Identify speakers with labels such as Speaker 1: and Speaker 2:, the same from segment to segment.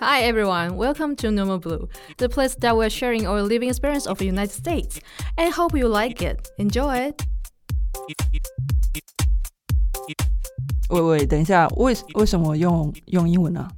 Speaker 1: Hi everyone, welcome to Normal Blue, the place that we're sharing our living experience of the United States. I hope you like it. Enjoy it.
Speaker 2: 喂喂，等一下，为为什么用用英文呢、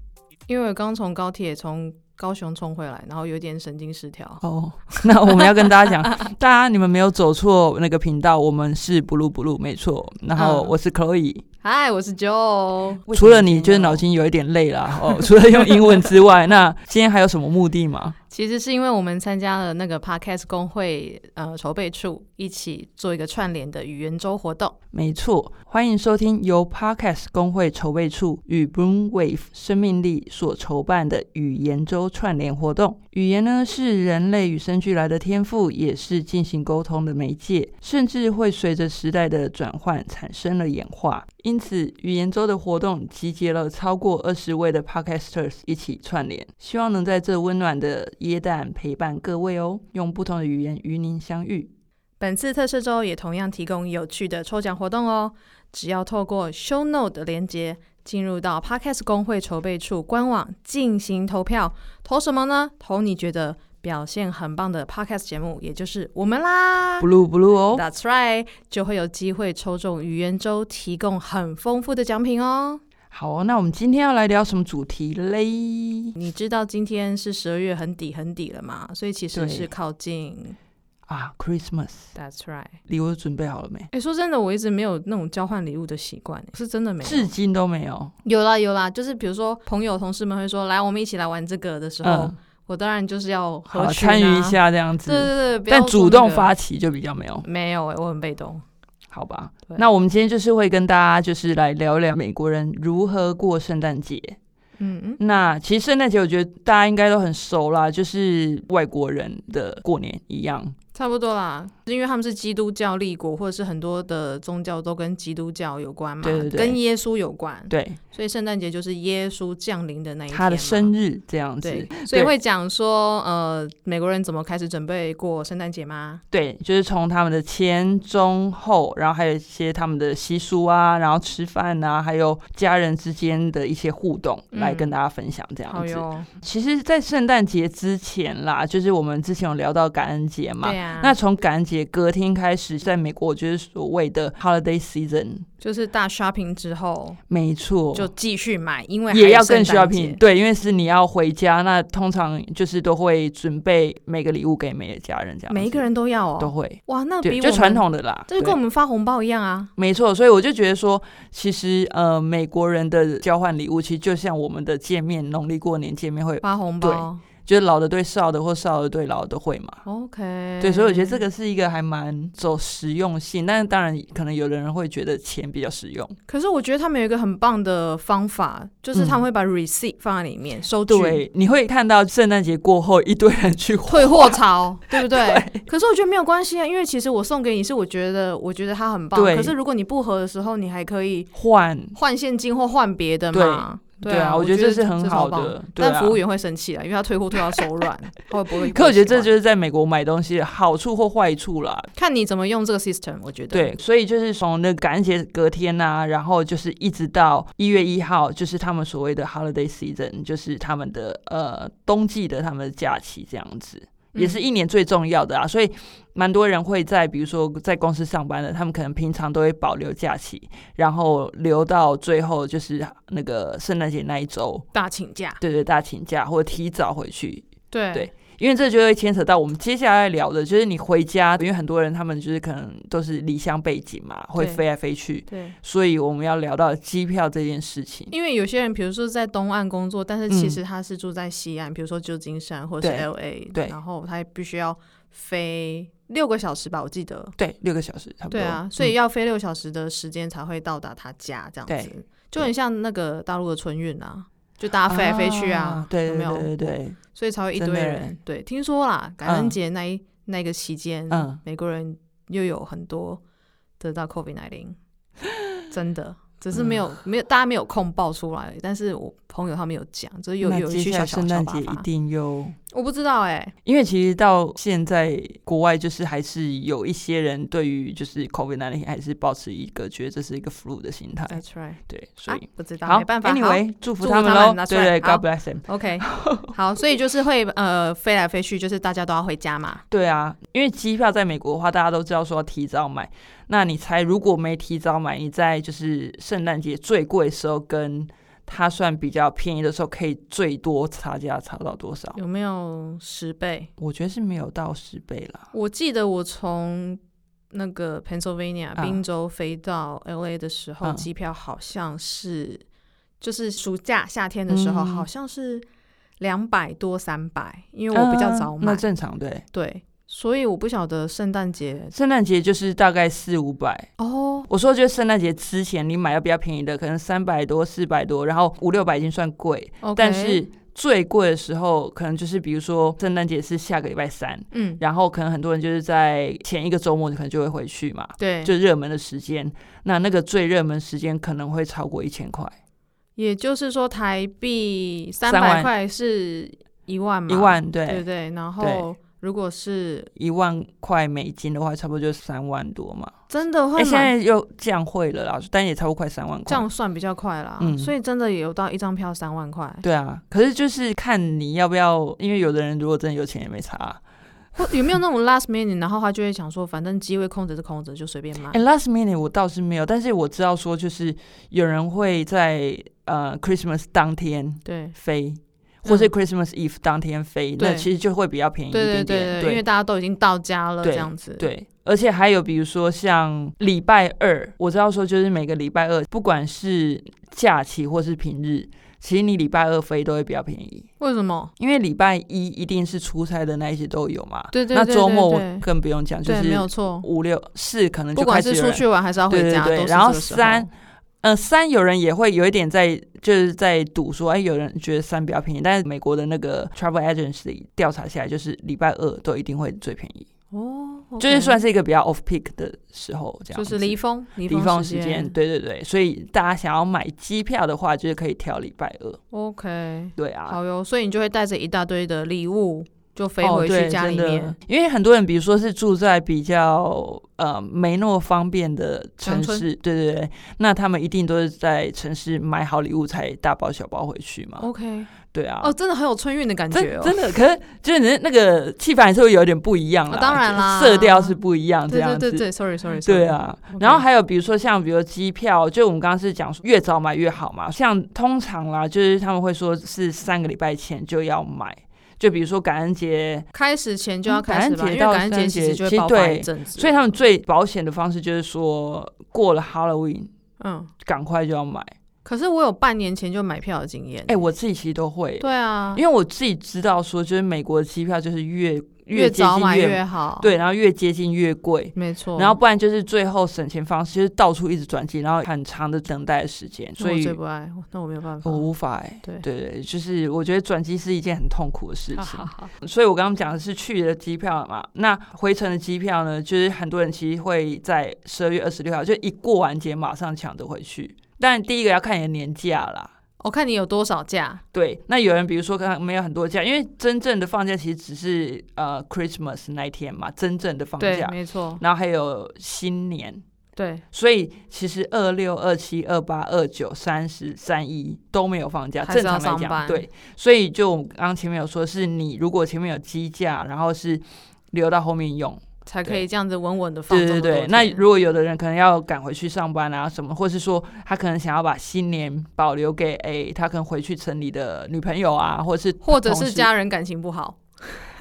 Speaker 1: 因为我刚从高铁从高雄冲回来，然后有点神经失调。
Speaker 2: 哦， 那我们要跟大家讲，大家你们没有走错那个频道，我们是 blue blue 没错。然后
Speaker 1: 嗯
Speaker 2: 我是 Chloe，、
Speaker 1: 嗨，我是 Joe。
Speaker 2: 除了你就是脑筋有一点累啦，哦，除了用英文之外， 那今天还有什么目的吗？
Speaker 1: 其实是因为我们参加了那个 Podcast 工会呃筹备处一起做一个串联的语言周活动。
Speaker 2: 没错，欢迎收听由 Podcast 工会筹备处与 Bloom Wave 生命力所筹办的语言周串联活动。语言呢是人类与生俱来的天赋，也是进行沟通的媒介，甚至会随着时代的转换产生了演化。因此，语言周的活动集结了超过二十位的 Podcasters 一起串联，希望能在这温暖的耶诞陪伴各位哦，用不同的语言与您相遇。
Speaker 1: 本次特色周也同样提供有趣的抽奖活动哦！只要透过 Show Note 的连接，进入到 Podcast 工会筹备处官网进行投票，投什么呢？投你觉得表现很棒的 Podcast 节目，也就是我们啦。
Speaker 2: Blue Blue 哦。
Speaker 1: That's right，就会有机会抽中语言周提供很丰富的奖品哦。
Speaker 2: 好哦，那我们今天要来聊什么主题嘞？
Speaker 1: 你知道今天是十二月很底很底了嘛？所以其实
Speaker 2: 对
Speaker 1: 是靠近。
Speaker 2: 啊，Christmas，
Speaker 1: That's right。
Speaker 2: 礼物准备好了没？
Speaker 1: 哎、说真的，我一直没有那种交换礼物的习惯，是真的没有。
Speaker 2: 至今都没有。
Speaker 1: 有啦有啦，就是比如说朋友同事们会说来我们一起来玩这个的时候，
Speaker 2: 嗯，
Speaker 1: 我当然就是要合
Speaker 2: 好
Speaker 1: 群啊
Speaker 2: 参与一，下这样
Speaker 1: 对对
Speaker 2: 子，
Speaker 1: 对，不要
Speaker 2: 但
Speaker 1: 说
Speaker 2: 主
Speaker 1: 那
Speaker 2: 动
Speaker 1: 个
Speaker 2: 发起就比较没有，
Speaker 1: 没有哎、我很被动。
Speaker 2: 好吧
Speaker 1: 对？
Speaker 2: 那我们今天就是会跟大家就是来聊聊美国人如何过圣诞节。
Speaker 1: 嗯嗯，
Speaker 2: 那其实圣诞节我觉得大家应该都很熟啦，就是外国人的过年一样。
Speaker 1: 差不多啦，因为他们是基督教立国，或者是很多的宗教都跟基督教有关嘛，
Speaker 2: 对对对
Speaker 1: 跟耶稣有关，
Speaker 2: 对，
Speaker 1: 所以圣诞节就是耶稣降临的那一天嘛。
Speaker 2: 他的生日这样子
Speaker 1: 对，，所以会讲说，呃，美国人怎么开始准备过圣诞节吗？
Speaker 2: 对，就是从他们的前、中、后，然后还有一些他们的习俗啊，然后吃饭啊，还有家人之间的一些互动，
Speaker 1: 嗯
Speaker 2: 来跟大家分享这样
Speaker 1: 好
Speaker 2: 子。
Speaker 1: 哟，
Speaker 2: 其实，在圣诞节之前啦，就是我们之前有聊到感恩节嘛。
Speaker 1: 对啊，
Speaker 2: 那从感恩节隔天开始，在美国就是所谓的 holiday season，
Speaker 1: 就是大 shopping 之后，
Speaker 2: 没错，
Speaker 1: 就继续买，因为还有
Speaker 2: 也要更
Speaker 1: 圣诞
Speaker 2: shopping，
Speaker 1: 节
Speaker 2: 对，因为是你要回家，那通常就是都会准备每个礼物给每个家人这样子，
Speaker 1: 每一个人都要哦，
Speaker 2: 都会，
Speaker 1: 哇，那比
Speaker 2: 啊对，
Speaker 1: 我
Speaker 2: 就
Speaker 1: 们
Speaker 2: 传，统的啦，
Speaker 1: 这就
Speaker 2: 对
Speaker 1: 跟我们发红包一样啊，
Speaker 2: 没错，所以我就觉得说，其实呃，美国人的交换礼物其实就像我们的见面，农历过年见面会，
Speaker 1: 发红包
Speaker 2: 就是老的对少的，或少的对老的都会嘛。
Speaker 1: ，OK，
Speaker 2: 对，所以我觉得这个是一个还蛮走实用性，但是当然可能有的人会觉得钱比较实用。
Speaker 1: 可是我觉得他们有一个很棒的方法，就是他们会把 receipt 放在里面，收据。
Speaker 2: 嗯对，你会看到圣诞节过后一堆人去
Speaker 1: 退货潮，对不对？可是我觉得没有关系啊，因为其实我送给你是我觉得，我觉得它很棒。
Speaker 2: 对
Speaker 1: 可是如果你不合的时候，你还可以
Speaker 2: 换，
Speaker 1: 换现金或换别的嘛。
Speaker 2: 对
Speaker 1: 啊，
Speaker 2: 啊
Speaker 1: 我
Speaker 2: 我觉得
Speaker 1: 这
Speaker 2: 这是很好
Speaker 1: 超棒
Speaker 2: 的对啊
Speaker 1: 但服务员会生气了，因为他退货退到手软， 他会不会？
Speaker 2: 可我觉得这就是在美国买东西的好处或坏处啦。
Speaker 1: 看你怎么用这个 system，我觉得
Speaker 2: 对，所以就是从那个感恩节隔天呐、然后就是一直到一月一号，就是他们所谓的 holiday season，就是他们的呃冬季的他们的假期这样子，也是
Speaker 1: 嗯
Speaker 2: 一年最重要的啊。所以蛮多人会在比如说在公司上班的，他们可能平常都会保留假期，然后留到最后就是那个圣诞节那一周，
Speaker 1: 大请假。
Speaker 2: 对对，大请假或者提早回去，
Speaker 1: 对
Speaker 2: 对因为这就会牵扯到我们接下来聊的，就是你回家，因为很多人他们就是可能都是离乡背景嘛，会
Speaker 1: 对
Speaker 2: 飞来飞去，
Speaker 1: 对
Speaker 2: 所以我们要聊到机票这件事情。
Speaker 1: 因为有些人，比如说在东岸工作，但是其
Speaker 2: 嗯
Speaker 1: 实他是住在西岸，比如说旧金山或者是
Speaker 2: 对
Speaker 1: L A，
Speaker 2: 对
Speaker 1: 然后他也必须要飞六个小时吧，我记得。
Speaker 2: 对，六个小时差不多。
Speaker 1: 对啊，所以
Speaker 2: 嗯、
Speaker 1: 要飞六小时的时间才会到达他家，这样
Speaker 2: 对
Speaker 1: 子就很像那个大陆的春运啊，就大家飞来飞去啊，
Speaker 2: 对
Speaker 1: 有
Speaker 2: 对
Speaker 1: 没有？
Speaker 2: 对对对，
Speaker 1: 所以才会一堆
Speaker 2: 真的
Speaker 1: 人
Speaker 2: 耶。
Speaker 1: 对，听说啦，感恩
Speaker 2: 嗯
Speaker 1: 节那一、那个期间，
Speaker 2: 嗯
Speaker 1: 美国人又有很多得到 COVID 1 9真的。只是没
Speaker 2: 嗯
Speaker 1: 有、没有大家没有空爆出来而已，但是我朋友他们有讲，就是有
Speaker 2: 那
Speaker 1: 有一
Speaker 2: 接
Speaker 1: 些
Speaker 2: 下
Speaker 1: 小小
Speaker 2: 来圣
Speaker 1: 小
Speaker 2: 诞
Speaker 1: 发
Speaker 2: 节一
Speaker 1: 发。
Speaker 2: 定又
Speaker 1: 我我不知道哎、
Speaker 2: 因为其实到现在，国外就是还是有一些人对于就是 COVID 1 9还是保持一个觉得这是一个 flu 的心态，
Speaker 1: That's right，
Speaker 2: 对，所
Speaker 1: 啊
Speaker 2: 以、，
Speaker 1: 不知道，
Speaker 2: 好
Speaker 1: 没办法。好
Speaker 2: ，Anyway，祝
Speaker 1: 祝
Speaker 2: 福
Speaker 1: 福
Speaker 2: 他们
Speaker 1: 他
Speaker 2: 喽
Speaker 1: 们，that's
Speaker 2: 对对
Speaker 1: right，好
Speaker 2: ，God bless them。
Speaker 1: ，OK，好， 所以就是会呃飞来飞去，就是大家都要回家嘛。
Speaker 2: 对啊，因为机票在美国的话，大家都知道说要提早买。那你猜，如果没提早买，你在就是圣诞节最贵的时候，跟它算比较便宜的时候，可以最多差价差到多少？
Speaker 1: 有没有十倍？
Speaker 2: 我觉得是没有到十倍啦。
Speaker 1: 我记得我从那个 Pennsylvania
Speaker 2: 啊
Speaker 1: 宾州飞到 LA 的时候，
Speaker 2: 嗯
Speaker 1: 机票好像是就是暑假夏天的时候，
Speaker 2: 嗯
Speaker 1: 好像是两百多三百，因为我比较早
Speaker 2: 嗯
Speaker 1: 买，
Speaker 2: 那正常对。
Speaker 1: 对，所以我不晓得圣诞节
Speaker 2: 圣诞节就是大概四五百。
Speaker 1: 哦，
Speaker 2: 我说就是圣诞节之前，你买到比较便宜的，可能三百多、四百多，然后五六百已经算贵。
Speaker 1: o k
Speaker 2: 但是最贵的时候，可能就是比如说圣诞节是下个礼拜三，
Speaker 1: 嗯，
Speaker 2: 然后可能很多人就是在前一个周末可能就会回去嘛，
Speaker 1: 对，
Speaker 2: 就热门的时间。那那个最热门时间可能会超过一千块，
Speaker 1: 也就是说台币三
Speaker 2: 三
Speaker 1: 百
Speaker 2: 万
Speaker 1: 块是一万嘛，
Speaker 2: 一万
Speaker 1: 对不
Speaker 2: 对，
Speaker 1: 对？然后如果是
Speaker 2: 一万块美金的话，差不多就三万多嘛。
Speaker 1: 真的
Speaker 2: 哎、
Speaker 1: 会
Speaker 2: 现
Speaker 1: 买
Speaker 2: 在又降汇了啦，但也差不多快三万
Speaker 1: 这
Speaker 2: 块
Speaker 1: 样。算比较快啦，
Speaker 2: 哦嗯
Speaker 1: 所以真的也有到一张票三万块，
Speaker 2: 对啊，可是就是看你要不要，因为有的人如果真的有钱也没差、啊。
Speaker 1: 或有没有那种 last minute，然后他就会想说，反正机位空着是空着，就随便买
Speaker 2: 哎、。l a s t minute 我倒是没有，但是我知道说就是有人会在呃 Christmas 当天
Speaker 1: 对
Speaker 2: 飞，或是
Speaker 1: 嗯
Speaker 2: Christmas Eve 当天飞，那
Speaker 1: 对
Speaker 2: 其实就会比较便宜一
Speaker 1: 对对
Speaker 2: 点点。
Speaker 1: 对对，因为大家都已经到家了，这
Speaker 2: 对
Speaker 1: 样子。
Speaker 2: 对而且还有比如说像礼拜二，我知道说就是每个礼拜二，不管是假期或是平日，其实你礼拜二飞都会比较便宜。
Speaker 1: 为什么？
Speaker 2: 因为礼拜一一定是出差的那一些都有嘛，
Speaker 1: 对对
Speaker 2: 那
Speaker 1: 对
Speaker 2: 周
Speaker 1: 对
Speaker 2: 末
Speaker 1: 对
Speaker 2: 我更不用讲，就
Speaker 1: 对，没
Speaker 2: 是
Speaker 1: 有错，
Speaker 2: 五六四可能
Speaker 1: 不
Speaker 2: 就
Speaker 1: 管
Speaker 2: 开始
Speaker 1: 是
Speaker 2: 有
Speaker 1: 出
Speaker 2: 人
Speaker 1: 去玩还是要回
Speaker 2: 对
Speaker 1: 家，哦
Speaker 2: 对
Speaker 1: 都
Speaker 2: 对，
Speaker 1: 是
Speaker 2: 然后
Speaker 1: 这个时候
Speaker 2: 三，呃，三有人也会有一点在就是在赌说，哎，有人觉得三比较便宜，但是美国的那个 travel agency 调查下来，就是礼拜二都一定会最便宜，
Speaker 1: 哦，OK，
Speaker 2: 就是算是一个比较 off peak 的时候，这样
Speaker 1: 就
Speaker 2: 子
Speaker 1: 是离峰离
Speaker 2: 离峰
Speaker 1: 时
Speaker 2: 时间，。对对对，所以大家想要买机票的话，就是可以挑礼拜二，
Speaker 1: OK，
Speaker 2: 对啊，
Speaker 1: 好哟，所以你就会带着一大堆的礼物就飞
Speaker 2: 哦
Speaker 1: 回
Speaker 2: 对
Speaker 1: 去家里
Speaker 2: 真的
Speaker 1: 面，
Speaker 2: 因为很多人，比如说是住在比较呃没那么方便的城
Speaker 1: 乡
Speaker 2: 市，对对对，那他们一定都是在城市买好礼物才大包小包回去嘛，
Speaker 1: OK，
Speaker 2: 对啊，
Speaker 1: 哦，真的很有春运的感觉
Speaker 2: 真
Speaker 1: 哦，
Speaker 2: 真的，可是就是你那个气氛还是会有点不一样啦，
Speaker 1: 啊当然
Speaker 2: 就
Speaker 1: 啦
Speaker 2: 色调是不一样，这
Speaker 1: 对
Speaker 2: 样
Speaker 1: 对
Speaker 2: 子，
Speaker 1: 对对，sorry sorry，
Speaker 2: 对，啊，然后还有比如说像比如机票，就我们刚刚是讲说越早买越好嘛。像通常啦，就是他们会说是三个礼拜前就要买，就比如说感恩节，
Speaker 1: 开始前就要
Speaker 2: 嗯
Speaker 1: 开始吧，
Speaker 2: 感恩节
Speaker 1: 因为
Speaker 2: 到
Speaker 1: 感恩节
Speaker 2: 圣诞
Speaker 1: 其实
Speaker 2: 节
Speaker 1: 就会
Speaker 2: 其实
Speaker 1: 爆发一
Speaker 2: 对
Speaker 1: 阵子，
Speaker 2: 所以他们最保险的方式就是说过了 Halloween
Speaker 1: 嗯，
Speaker 2: 赶快就要买。
Speaker 1: 可是我有半年前就买票的经验，
Speaker 2: 哎、我自己其实都会，
Speaker 1: 对啊，
Speaker 2: 因为我自己知道说，就是美国的机票就是越
Speaker 1: 越
Speaker 2: 接
Speaker 1: 早
Speaker 2: 近
Speaker 1: 买
Speaker 2: 越
Speaker 1: 越好，，
Speaker 2: 对，然后越接近越贵。
Speaker 1: 没错，
Speaker 2: 然后不然就是最后省钱方式就是到处一直转机，然后很长的等待的时间，
Speaker 1: 那
Speaker 2: 所
Speaker 1: 我
Speaker 2: 以
Speaker 1: 最哦不爱，那我没有办法
Speaker 2: 我，无法哎、
Speaker 1: 对
Speaker 2: 对对，就是我觉得转机是一件很痛苦的事
Speaker 1: 好好
Speaker 2: 情，
Speaker 1: 好，
Speaker 2: 所以我刚刚讲的是去的机票嘛，那回程的机票呢，就是很多人其实会在十二月二十六号就一过完节马上抢着回去，但第一个要看你的年假啦。
Speaker 1: 我看你有多少假，
Speaker 2: 对，那有人比如说刚刚没有很多假，因为真正的放假其实只是呃 Christmas 那一天嘛，真正的放
Speaker 1: 对
Speaker 2: 假，，
Speaker 1: 没错，
Speaker 2: 然后还有新年，
Speaker 1: 对，
Speaker 2: 所以其实二六、二七、二八、二九、三十、三一都没有放假，
Speaker 1: 还是
Speaker 2: 正
Speaker 1: 要
Speaker 2: 常来
Speaker 1: 上
Speaker 2: 讲，
Speaker 1: 班
Speaker 2: 对。所以就我们刚刚前面有说，是你如果前面有积假，然后是留到后面用，
Speaker 1: 才可
Speaker 2: 对
Speaker 1: 以这样子稳稳的放
Speaker 2: 对
Speaker 1: 这么
Speaker 2: 对
Speaker 1: 多
Speaker 2: 对
Speaker 1: 天。。
Speaker 2: 那如果有的人可能要赶回去上班啊什么，或是说他可能想要把新年保留给诶、他可能回去城里的女朋友啊，或是
Speaker 1: 或者
Speaker 2: 同
Speaker 1: 是
Speaker 2: 事
Speaker 1: 家人感情不好，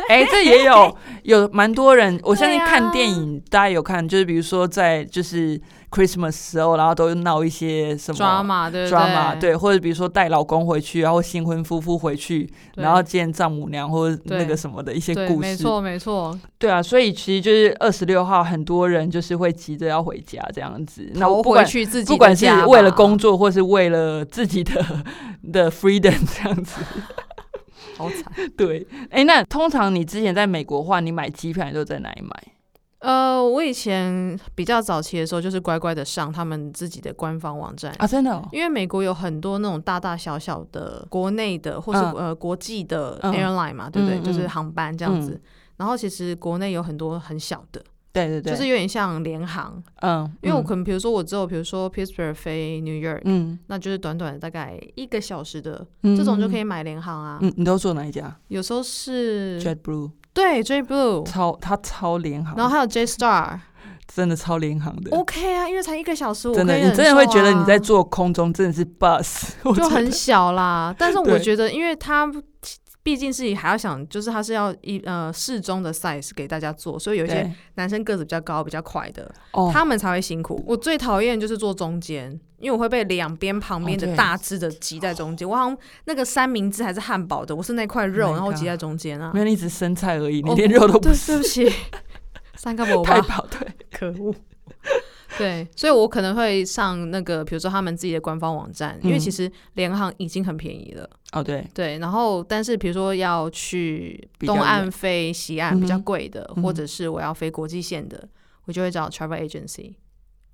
Speaker 2: 哎、这也有有蛮多人，我相信
Speaker 1: 对啊
Speaker 2: 看电影、大家有看，就是比如说在就是 Christmas 时候，然后都闹一些什么
Speaker 1: 抓嘛，对不
Speaker 2: drama，
Speaker 1: 对，
Speaker 2: 对，或者比如说带老公回去，然后新婚夫妇回去，
Speaker 1: 对
Speaker 2: 然后见丈母娘或者那
Speaker 1: 对
Speaker 2: 个什么的一些
Speaker 1: 对，
Speaker 2: 故
Speaker 1: 没
Speaker 2: 事，
Speaker 1: 错没错，
Speaker 2: 对啊，所以其实就是二十六号，很多人就是会急着要回家这样子，那
Speaker 1: 逃
Speaker 2: 我不
Speaker 1: 回
Speaker 2: 管。
Speaker 1: 去自己
Speaker 2: 不管
Speaker 1: 的
Speaker 2: 是
Speaker 1: 家
Speaker 2: 为了
Speaker 1: 吧
Speaker 2: 工作，或是为了自己的 的 freedom 这样子，
Speaker 1: 好惨。
Speaker 2: 对，哎，那通常你之前在美国的话，你买机票你都在哪里买？
Speaker 1: 呃，我以前比较早期的时候，就是乖乖的上他们自己的官方网站。
Speaker 2: 啊？真的、哦？
Speaker 1: 因为美国有很多那种大大小小的国内的或是、
Speaker 2: 嗯
Speaker 1: 呃国际的
Speaker 2: 嗯
Speaker 1: airline 嘛，对不对？
Speaker 2: 嗯嗯
Speaker 1: 就是航班这样子。
Speaker 2: 嗯
Speaker 1: 然后其实国内有很多很小的，
Speaker 2: 对对对，
Speaker 1: 就是有点像联航，
Speaker 2: 嗯，
Speaker 1: 因为我
Speaker 2: 嗯
Speaker 1: 可能比如说我只有比如说 Pittsburgh 飞 New York，、
Speaker 2: 嗯
Speaker 1: 那就是短短的大概一个小时的，
Speaker 2: 嗯
Speaker 1: 这种就可以嗯买联航啊。
Speaker 2: 嗯，你都坐哪一家
Speaker 1: 有时候是
Speaker 2: ？JetBlue
Speaker 1: 对 JetBlue，
Speaker 2: 超它超联航，
Speaker 1: 然后还有 JStar，OK、
Speaker 2: 真的超联航的。
Speaker 1: OK 啊，因为才一个小时，我
Speaker 2: 真的，
Speaker 1: 可以
Speaker 2: 你
Speaker 1: 忍
Speaker 2: 真的会
Speaker 1: 受
Speaker 2: 觉得你
Speaker 1: 啊
Speaker 2: 在坐空中真的是 bus，我
Speaker 1: 就
Speaker 2: 真的
Speaker 1: 很小啦。但是我
Speaker 2: 对
Speaker 1: 觉得，因为它毕竟是还要想，就是它是要一呃适中的 size 给大家做，所以有一些
Speaker 2: 对
Speaker 1: 男生个子比较高、比较快的，
Speaker 2: 哦，
Speaker 1: 他们才会辛苦。我最讨厌就是坐中间，因为我会被两边旁边
Speaker 2: 哦对
Speaker 1: 的大只的挤在中间。我好像那个三明治还是汉堡的，我是那块肉，
Speaker 2: Oh My
Speaker 1: 然后
Speaker 2: God
Speaker 1: 挤在中间啊
Speaker 2: 没。有，你只是生菜而已，你
Speaker 1: 哦
Speaker 2: 连肉都不
Speaker 1: 对，
Speaker 2: 是
Speaker 1: 对，不起，三个我
Speaker 2: 太
Speaker 1: 吧，
Speaker 2: 饱对。
Speaker 1: 可恶。 对，所以我可能会上那个，比如说他们自己的官方网站，因为
Speaker 2: 嗯
Speaker 1: 其实联航已经很便宜了。
Speaker 2: 哦，对，
Speaker 1: 对，然后但是比如说要去
Speaker 2: 比较
Speaker 1: 东岸
Speaker 2: 远
Speaker 1: 飞西岸比较
Speaker 2: 嗯哼
Speaker 1: 贵的，
Speaker 2: 嗯
Speaker 1: 或
Speaker 2: 哼
Speaker 1: 者是我要飞国际线的，我就会找 travel agency。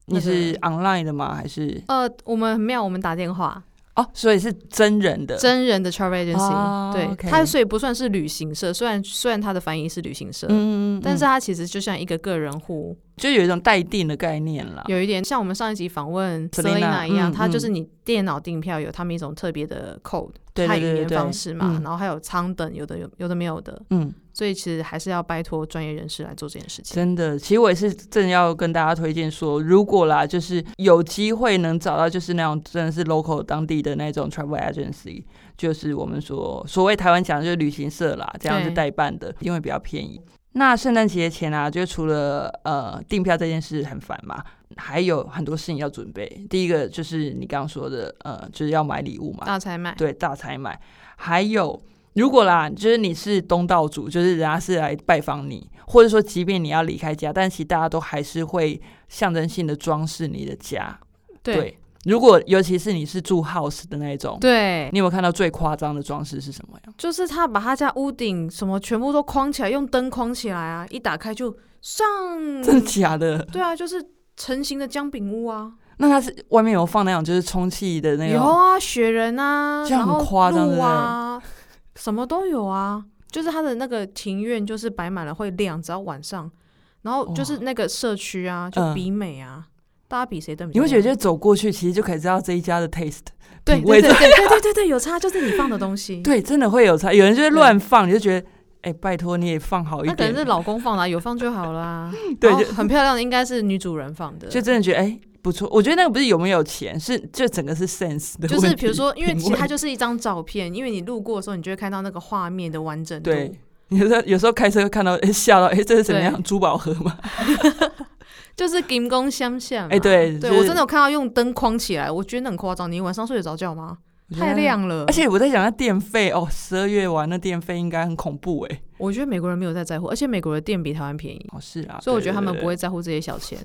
Speaker 2: 你是
Speaker 1: 那
Speaker 2: online 的吗？还是
Speaker 1: 呃，我们很妙，我们打电话，
Speaker 2: 哦，所以是真人的，
Speaker 1: 真人的 travel agency，、
Speaker 2: 哦
Speaker 1: 对
Speaker 2: 呃 OK
Speaker 1: 它所以不算是旅行社，虽然虽然它的翻译是旅行社，
Speaker 2: 嗯，嗯嗯
Speaker 1: 但是
Speaker 2: 嗯
Speaker 1: 它其实就像一个个人户，
Speaker 2: 就有一种待定的概念啦。
Speaker 1: 有一点像我们上一集访问
Speaker 2: Selena，
Speaker 1: Selina 一样，
Speaker 2: 嗯
Speaker 1: 它就
Speaker 2: 嗯
Speaker 1: 是你电脑订票有他们一种特别的 code，
Speaker 2: 对
Speaker 1: 它
Speaker 2: 对
Speaker 1: 语
Speaker 2: 对
Speaker 1: 言
Speaker 2: 对
Speaker 1: 方
Speaker 2: 对
Speaker 1: 式嘛，
Speaker 2: 嗯
Speaker 1: 然后还有舱等，有的有有的没有的，
Speaker 2: 嗯，
Speaker 1: 所以其实还是要拜托专业人士来做这件事情。
Speaker 2: 真的，其实我也是正要跟大家推荐说，如果啦，就是有机会能找到就是那种真的是 local 当地的那种 travel agency，就是我们说所谓台湾讲的就是旅行社啦，这样
Speaker 1: 对
Speaker 2: 是代办的，因为比较便宜。那圣诞节前啊，就除了呃订票这件事很烦嘛，还有很多事情要准备。第一个就是你刚刚说的，呃，就是要买礼物嘛，
Speaker 1: 大采买，
Speaker 2: 对，大采买。还有，如果啦，就是你是东道主，就是人家是来拜访你，或者说即便你要离开家，但其实大家都还是会象征性的装饰你的家。
Speaker 1: 对
Speaker 2: 如果尤其是你是住 house 的那一种，
Speaker 1: 对，
Speaker 2: 你有没有看到最夸张的装饰是什么呀？
Speaker 1: 就是他把他家屋顶什么全部都框起来，用灯框起来啊，一打开就上，
Speaker 2: 真的假的？
Speaker 1: 对啊，就是成型的姜饼屋啊，
Speaker 2: 那它是外面有放那种就是充气的那
Speaker 1: 有
Speaker 2: 种，
Speaker 1: 啊，雪人啊，
Speaker 2: 这样
Speaker 1: 然
Speaker 2: 很
Speaker 1: 后
Speaker 2: 夸张
Speaker 1: 鹿啊，什么都有啊，就是他的那个庭院就是摆满了会亮，只要晚上，然后就是那个社区啊，就
Speaker 2: 嗯
Speaker 1: 比美啊，大家比谁灯比
Speaker 2: 你
Speaker 1: 较
Speaker 2: 会
Speaker 1: 亮，
Speaker 2: 觉得就走过去，其实就可以知道这一家的 taste。
Speaker 1: 对
Speaker 2: 品
Speaker 1: 对
Speaker 2: 味
Speaker 1: 对对对对对对，有差，就是你放的东西，
Speaker 2: 对，真的会有差。有人就是乱放，你就觉得，哎、拜托你也放好一
Speaker 1: 那
Speaker 2: 点。
Speaker 1: 可能是老公放的、啊，有放就好啦。
Speaker 2: 对
Speaker 1: 然后
Speaker 2: 就
Speaker 1: 很漂亮的应该是女主人放的，
Speaker 2: 就真的觉得哎、不错。我觉得那个不是有没有钱，是就整个是 sense 的问题。
Speaker 1: 就是比如说，因为
Speaker 2: 品
Speaker 1: 其实它
Speaker 2: 味
Speaker 1: 就是一张照片，因为你路过的时候，你就会看到那个画面的完整度。
Speaker 2: 对，有时候有时候开车会看到哎吓、到哎、这是怎么
Speaker 1: 对
Speaker 2: 样珠宝盒嘛？
Speaker 1: 就是金光啊相像。
Speaker 2: 哎对
Speaker 1: 对
Speaker 2: 就是
Speaker 1: 我真的有看到用灯框起来，我觉得很夸张。你晚上睡得着觉吗？
Speaker 2: 我觉得
Speaker 1: 太。亮了，
Speaker 2: 而且我在想，那电费哦，十二月完那电费应该很恐怖哎、
Speaker 1: 我觉得美国人没有在在乎，而且美国的店比台湾便宜，
Speaker 2: 哦，是啊，
Speaker 1: 所以我觉得他们
Speaker 2: 对
Speaker 1: 不会在乎这些小钱。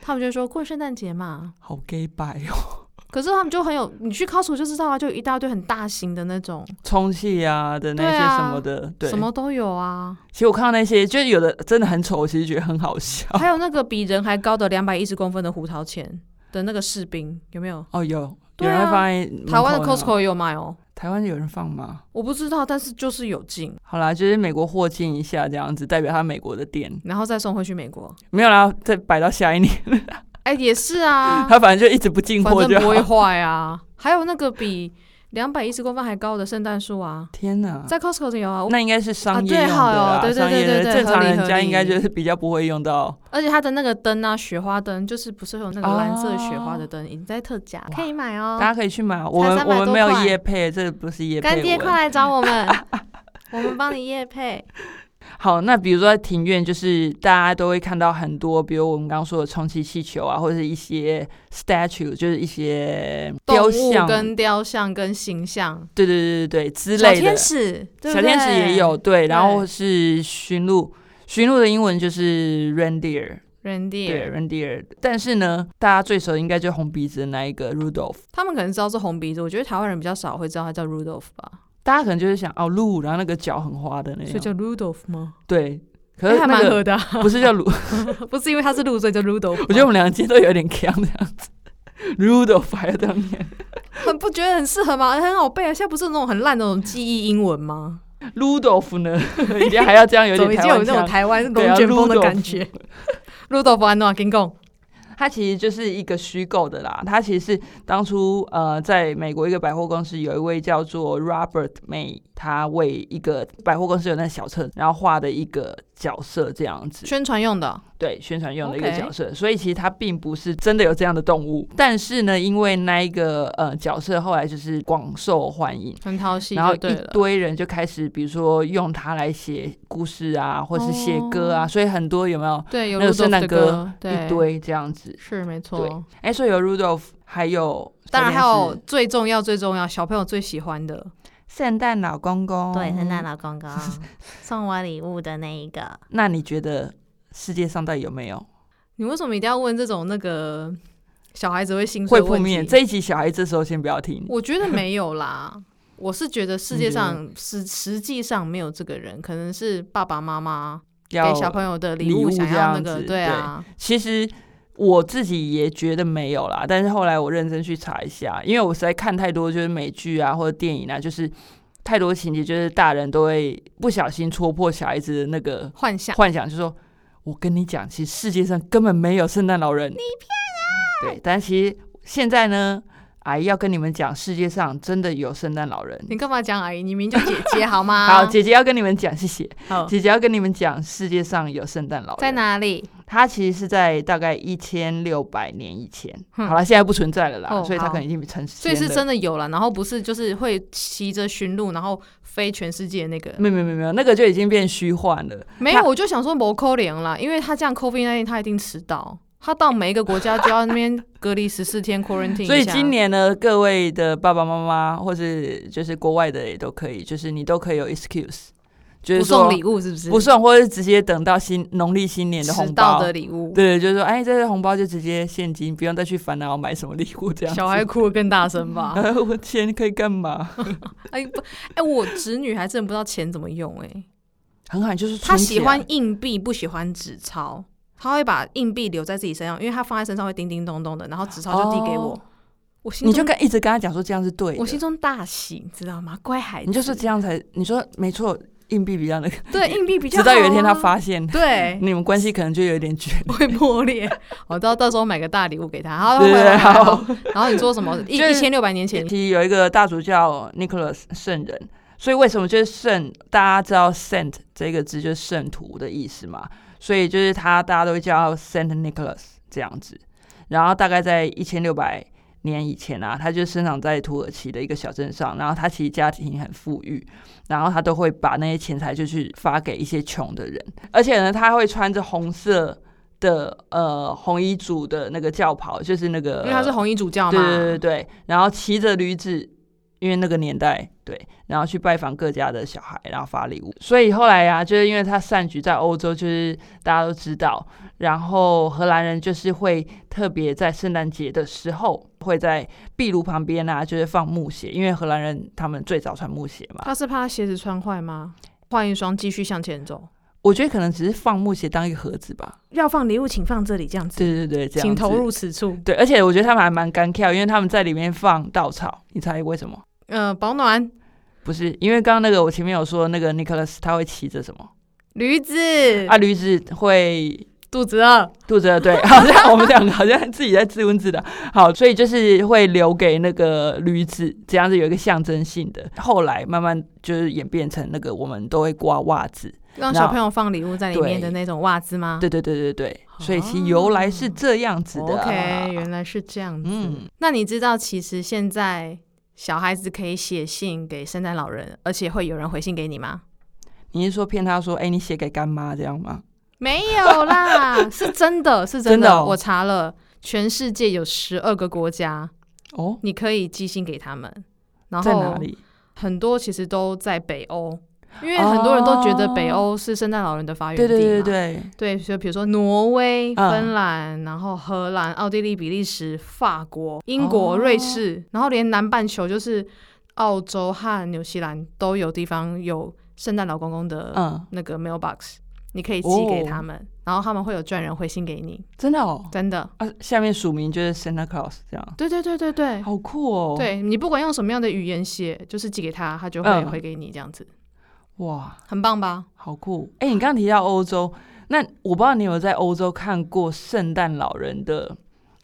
Speaker 1: 他们就说过圣诞节嘛，
Speaker 2: 好 gay 白哦，
Speaker 1: 可是他们就很有，你去 Costco 就知道啊，就有一大堆很大型的那种，
Speaker 2: 充气啊的那
Speaker 1: 对
Speaker 2: 些
Speaker 1: 啊
Speaker 2: 什么的，对,、
Speaker 1: 什么都有啊。
Speaker 2: 其实我看到那些，就是有的真的很丑，我其实觉得很好笑。
Speaker 1: 还有那个比人还高的两百一十公分的胡桃钳的那个士兵，有没有？
Speaker 2: 哦，有有
Speaker 1: 对啊
Speaker 2: 人会放在门
Speaker 1: 台湾的
Speaker 2: 口吗
Speaker 1: Costco 也有卖哦，
Speaker 2: 台湾有人放吗？
Speaker 1: 我不知道，但是就是有进，
Speaker 2: 好啦，就是美国获进一下这样子，代表他美国的店
Speaker 1: 然后再送回去美国。
Speaker 2: 没有啦，再摆到下一年，
Speaker 1: 哎，也是啊，
Speaker 2: 他反正就一直不进
Speaker 1: 反
Speaker 2: 货就
Speaker 1: 正不会
Speaker 2: 好。
Speaker 1: 坏啊。还有那个比两百一十公分还高的圣诞树啊，
Speaker 2: 天哪，
Speaker 1: 在 Costco 也有啊，
Speaker 2: 那应该是商业用的
Speaker 1: 啊
Speaker 2: 啦，
Speaker 1: 对好哦
Speaker 2: 商业
Speaker 1: 对对对对
Speaker 2: 的
Speaker 1: 对
Speaker 2: 正常人
Speaker 1: 合理合
Speaker 2: 家
Speaker 1: 理
Speaker 2: 应该就是比较不会用到。
Speaker 1: 而且它的那个灯啊，雪花灯，就是不是有那个蓝色雪花的灯，已经在特价，
Speaker 2: 哇
Speaker 1: 可以买
Speaker 2: 大
Speaker 1: 哦。
Speaker 2: 家可以去买，我们
Speaker 1: 300
Speaker 2: 我们没
Speaker 1: 多
Speaker 2: 有
Speaker 1: 块
Speaker 2: 夜配，这不是夜配
Speaker 1: 干
Speaker 2: 文。
Speaker 1: 爹快来找我 们，我们帮你夜配。
Speaker 2: 好，那比如说在庭院，就是大家都会看到很多，比如我们刚刚说的充气气球啊，或者是一些 statue，就是一些
Speaker 1: 动
Speaker 2: 雕
Speaker 1: 物
Speaker 2: 像，
Speaker 1: 跟雕像跟形象，
Speaker 2: 对对对对对之
Speaker 1: 小
Speaker 2: 类的。
Speaker 1: 天使，对
Speaker 2: 小
Speaker 1: 不对
Speaker 2: 天使也有对，然后
Speaker 1: 对
Speaker 2: 是驯鹿，驯鹿的英文就是 reindeer，对
Speaker 1: reindeer，
Speaker 2: reindeer。但是呢，大家最熟应该就是红鼻子的那一个 Rudolph，
Speaker 1: 他们可能知道是红鼻子，我觉得台湾人比较少会知道它叫 Rudolph 吧，
Speaker 2: 大家可能就是想哦鹿，然后那个角很花的那
Speaker 1: 所以
Speaker 2: 种，
Speaker 1: 叫 Rudolph 吗？
Speaker 2: 对。可是
Speaker 1: 还
Speaker 2: 那
Speaker 1: 蛮合
Speaker 2: 个
Speaker 1: 的啊、
Speaker 2: 不是叫鲁，
Speaker 1: 不是因为他是鹿，所以叫 Rudolph 吗。
Speaker 2: 我觉得我们两个今天都有点强这样子。Rudolph 还要这样念
Speaker 1: 很不觉得很适合吗？很好背啊！现在不是那种很烂的那种记忆英文吗？
Speaker 2: ，Rudolph 呢， 一定还要这样有
Speaker 1: 怎
Speaker 2: 点
Speaker 1: 么已
Speaker 2: 台
Speaker 1: 经有
Speaker 2: 湾
Speaker 1: 那种
Speaker 2: 腔。
Speaker 1: 台湾
Speaker 2: 对
Speaker 1: 龙
Speaker 2: 啊
Speaker 1: 卷风的感。
Speaker 2: Rudolph
Speaker 1: 觉？ 路豆腐安诺跟贡
Speaker 2: 它其实就是一个虚构的啦，它其实是当初呃，在美国一个百货公司有一位叫做 Robert May，他为一个百货公司有那小册子，然后画的一个角色这样子，
Speaker 1: 宣传用的，
Speaker 2: 对，宣传用的一个
Speaker 1: OK
Speaker 2: 角色所以其实它并不是真的有这样的动物，但是呢，因为那一个呃角色后来就是广受欢迎。
Speaker 1: 很讨喜
Speaker 2: 然后
Speaker 1: 就
Speaker 2: 一
Speaker 1: 对了。
Speaker 2: 堆人就开始，比如说用它来写故事啊，或是写歌啊
Speaker 1: 哦
Speaker 2: 所以很多有没有
Speaker 1: 对，有
Speaker 2: 那
Speaker 1: 路
Speaker 2: 个
Speaker 1: 豆
Speaker 2: 圣
Speaker 1: 腐
Speaker 2: 诞
Speaker 1: 的
Speaker 2: 歌
Speaker 1: 歌，对，
Speaker 2: 一堆这样子？
Speaker 1: 是没
Speaker 2: 对
Speaker 1: 错。
Speaker 2: 哎，所以有 Rudolph，还有
Speaker 1: 当然还有
Speaker 2: 这边
Speaker 1: 最重要最重要，小朋友最喜欢的，
Speaker 2: 是圣诞老公公，
Speaker 3: 对，圣诞。老公 公送我礼物的那一个，
Speaker 2: 那你觉得世界上到底有没有
Speaker 1: 你为什么一定要问这种那个小孩子会心碎
Speaker 2: 会
Speaker 1: 的
Speaker 2: 负
Speaker 1: 问
Speaker 2: 面？
Speaker 1: 题？
Speaker 2: 这一集小孩这时候先不要听，
Speaker 1: 我觉得没有啦，我是觉得世界
Speaker 2: 你觉得
Speaker 1: 上实实际上没有这个人，可能是爸爸妈妈
Speaker 2: 要
Speaker 1: 给小朋友的
Speaker 2: 礼
Speaker 1: 礼
Speaker 2: 物
Speaker 1: 物想要那
Speaker 2: 这样
Speaker 1: 个，
Speaker 2: 子
Speaker 1: 对啊，
Speaker 2: 其实我自己也觉得没有啦，但是后来我认真去查一下，因为我实在看太多就是美剧啊或者电影啊，就是太多情节，就是大人都会不小心戳破小孩子的那个
Speaker 1: 幻想。
Speaker 2: 幻想，就说我跟你讲，其实世界上根本没有圣诞老人，你骗人。对，但其实现在呢，阿姨要跟你们讲，世界上真的有圣诞老人。
Speaker 1: 你干嘛讲阿姨？你名叫姐 姐好吗？
Speaker 2: 好，姐姐要跟你们讲，谢谢。
Speaker 1: 好
Speaker 2: 姐姐要跟你们讲，世界上有圣诞老人。
Speaker 1: 哦在哪里？
Speaker 2: 它其实是在大概一千六百年以前，
Speaker 1: 哼
Speaker 2: 好了，现在不存在了啦，
Speaker 1: 哦
Speaker 2: 所以它
Speaker 1: 好
Speaker 2: 可能已经成仙
Speaker 1: 所以是
Speaker 2: 了
Speaker 1: 真的有了，然后不是就是会骑着驯鹿，然后飞全世界那个。
Speaker 2: 没有没有没有没有，那个就已经变虚幻了。
Speaker 1: 没
Speaker 2: 嗯那
Speaker 1: 有，我就想说某扣怜啦，因为他这样 COVID 那天他一定迟到，他到每一个国家就要那边隔离十四天 quarantine 一下。
Speaker 2: 所以今年呢，各位的爸爸妈妈或是就是国外的也都可以，就是你都可以有 excuse，就是
Speaker 1: 不
Speaker 2: 说
Speaker 1: 送礼物是不是？
Speaker 2: 不送，或者是直接等到新农历新年的
Speaker 1: 迟
Speaker 2: 红
Speaker 1: 到
Speaker 2: 包。
Speaker 1: 的礼物。
Speaker 2: 对，就是说，哎，这个红包就直接现金，不用再去烦恼买什么礼物这样子。
Speaker 1: 小孩哭得更大声吧？
Speaker 2: 然 后我钱可以干嘛？
Speaker 1: 哎不，哎，我侄女还真不知道钱怎么用哎、
Speaker 2: 很好，就是
Speaker 1: 她
Speaker 2: 存起
Speaker 1: 喜欢
Speaker 2: 来
Speaker 1: 硬币，不喜欢纸钞。她会把硬币留在自己身上，因为她放在身上会叮叮咚咚的，然后纸钞就递给我。
Speaker 2: 哦
Speaker 1: 我心
Speaker 2: 你就
Speaker 1: 中
Speaker 2: 跟一直跟他讲说这样是对的。
Speaker 1: 我心中大喜，你知道吗？乖孩子，
Speaker 2: 你就是这样才，你说没错，硬币比较那个。
Speaker 1: 对硬币比较、
Speaker 2: 直
Speaker 1: 啊。
Speaker 2: 到有一天他发现，
Speaker 1: 对，
Speaker 2: 你们关系可能就有点绝。
Speaker 1: 会破裂。我到到时候买个大礼物给他，然后
Speaker 2: 对
Speaker 1: 回
Speaker 2: 对
Speaker 1: 来，
Speaker 2: 好
Speaker 1: 好然后你说什么一
Speaker 2: 就是
Speaker 1: 一千六百年前
Speaker 2: 其，实有一个大主教 Nicholas 圣人，所以为什么就是圣？大家知道 Saint 这个字就是圣徒的意思嘛，所以就是他大家都会叫 Saint Nicholas 这样子。然后大概在一千六百年以前啊，他就生长在土耳其的一个小镇上，然后他其实家庭很富裕，然后他都会把那些钱财就去发给一些穷的人，而且呢，他会穿着红色。的呃红衣组的那个教袍，就是那个
Speaker 1: 因为他是红衣主教
Speaker 2: 对对对
Speaker 1: 嘛，
Speaker 2: 对，然后骑着驴子，因为那个年代对，然后去拜访各家的小孩，然后发礼物。所以后来呀、就是因为他散居在欧洲，就是大家都知道，然后荷兰人就是会特别在圣诞节的时候。会在壁炉旁边啊，就是放木鞋，因为荷兰人他们最早穿木鞋嘛。
Speaker 1: 他是怕鞋子穿坏吗？换一双继续向前走。
Speaker 2: 我觉得可能只是放木鞋当一个盒子吧。
Speaker 1: 要放礼物，请放这里，这样子，
Speaker 2: 对对对，这样
Speaker 1: 请投
Speaker 2: 子。
Speaker 1: 入此处。
Speaker 2: 对，而且我觉得他们还蛮干跳，因为他们在里面放稻草。你猜为什么？
Speaker 1: 呃，保暖
Speaker 2: 不是，因为刚刚那个我前面有说那个 Nicholas 他会骑着什么
Speaker 1: 驴子，
Speaker 2: 啊？驴子会
Speaker 1: 肚子饿，
Speaker 2: 肚子饿对， 好像我们两个好像自己在自问自答。好，所以就是会留给那个驴子，这样子有一个象征性的。后来慢慢就是演变成那个我们都会挂袜子，
Speaker 1: 让
Speaker 2: 然后
Speaker 1: 小朋友放礼物在里面
Speaker 2: 对
Speaker 1: 的那种袜子吗？
Speaker 2: 对对对对对，所以其由来是这样子的、
Speaker 1: 啊
Speaker 2: 啊
Speaker 1: OK，原来是这样子。
Speaker 2: 嗯
Speaker 1: 那你知道，其实现在小孩子可以写信给圣诞老人，而且会有人回信给你吗？
Speaker 2: 你是说骗他说，哎、你写给干妈这样吗？
Speaker 1: 没有啦， 是真的，是真的。
Speaker 2: 真的哦
Speaker 1: 我查了，全世界有十二个国家，
Speaker 2: 哦，
Speaker 1: 你可以寄信给他们。然
Speaker 2: 在哪
Speaker 1: 后
Speaker 2: 里？
Speaker 1: 很多其实都在北欧，因为很多人都觉得北欧是圣诞老人的发源地嘛。
Speaker 2: 对哦对对对，
Speaker 1: 对，所以比如说挪威、
Speaker 2: 嗯
Speaker 1: 芬兰，然后荷兰、奥地利、比利时、法国、英国、
Speaker 2: 哦
Speaker 1: 瑞士，然后连南半球就是澳洲和纽西兰都有地方有圣诞老公公的
Speaker 2: 嗯，
Speaker 1: 那个 mailbox。你可以寄给他们，然后他们会有专人回信给你，
Speaker 2: 真的哦。
Speaker 1: 真的。
Speaker 2: 啊，下面署名就是 Santa Claus 这样，
Speaker 1: 对对对对对，
Speaker 2: 好酷哦。，
Speaker 1: 对你不管用什么样的语言写，就是寄给他，他就会
Speaker 2: 嗯
Speaker 1: 回给你这样子，
Speaker 2: 哇，
Speaker 1: 很棒吧？
Speaker 2: 好酷。哎、你刚刚提到欧洲，那我不知道你有没有在欧洲看过圣诞老人的，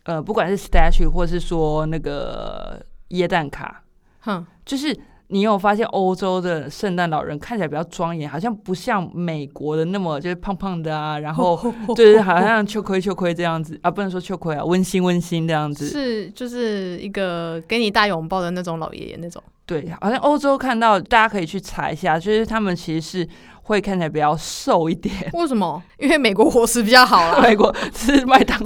Speaker 2: 呃，不管是 statue 或是说那个耶诞卡，
Speaker 1: 哼，
Speaker 2: 就是你有发现欧洲的圣诞老人看起来比较庄严，好像不像美国的那么就是胖胖的啊，然后就是好像秋葵秋葵这样子啊，不能说秋葵啊，温馨温馨这样子。
Speaker 1: 是就是一个给你大拥抱的那种老爷爷那种，
Speaker 2: 对，好像欧洲看到大家可以去查一下，就是他们其实是会看起来比较瘦一点。
Speaker 1: 为什么？因为美国伙食比较好 啦。
Speaker 2: 美国吃麦当劳，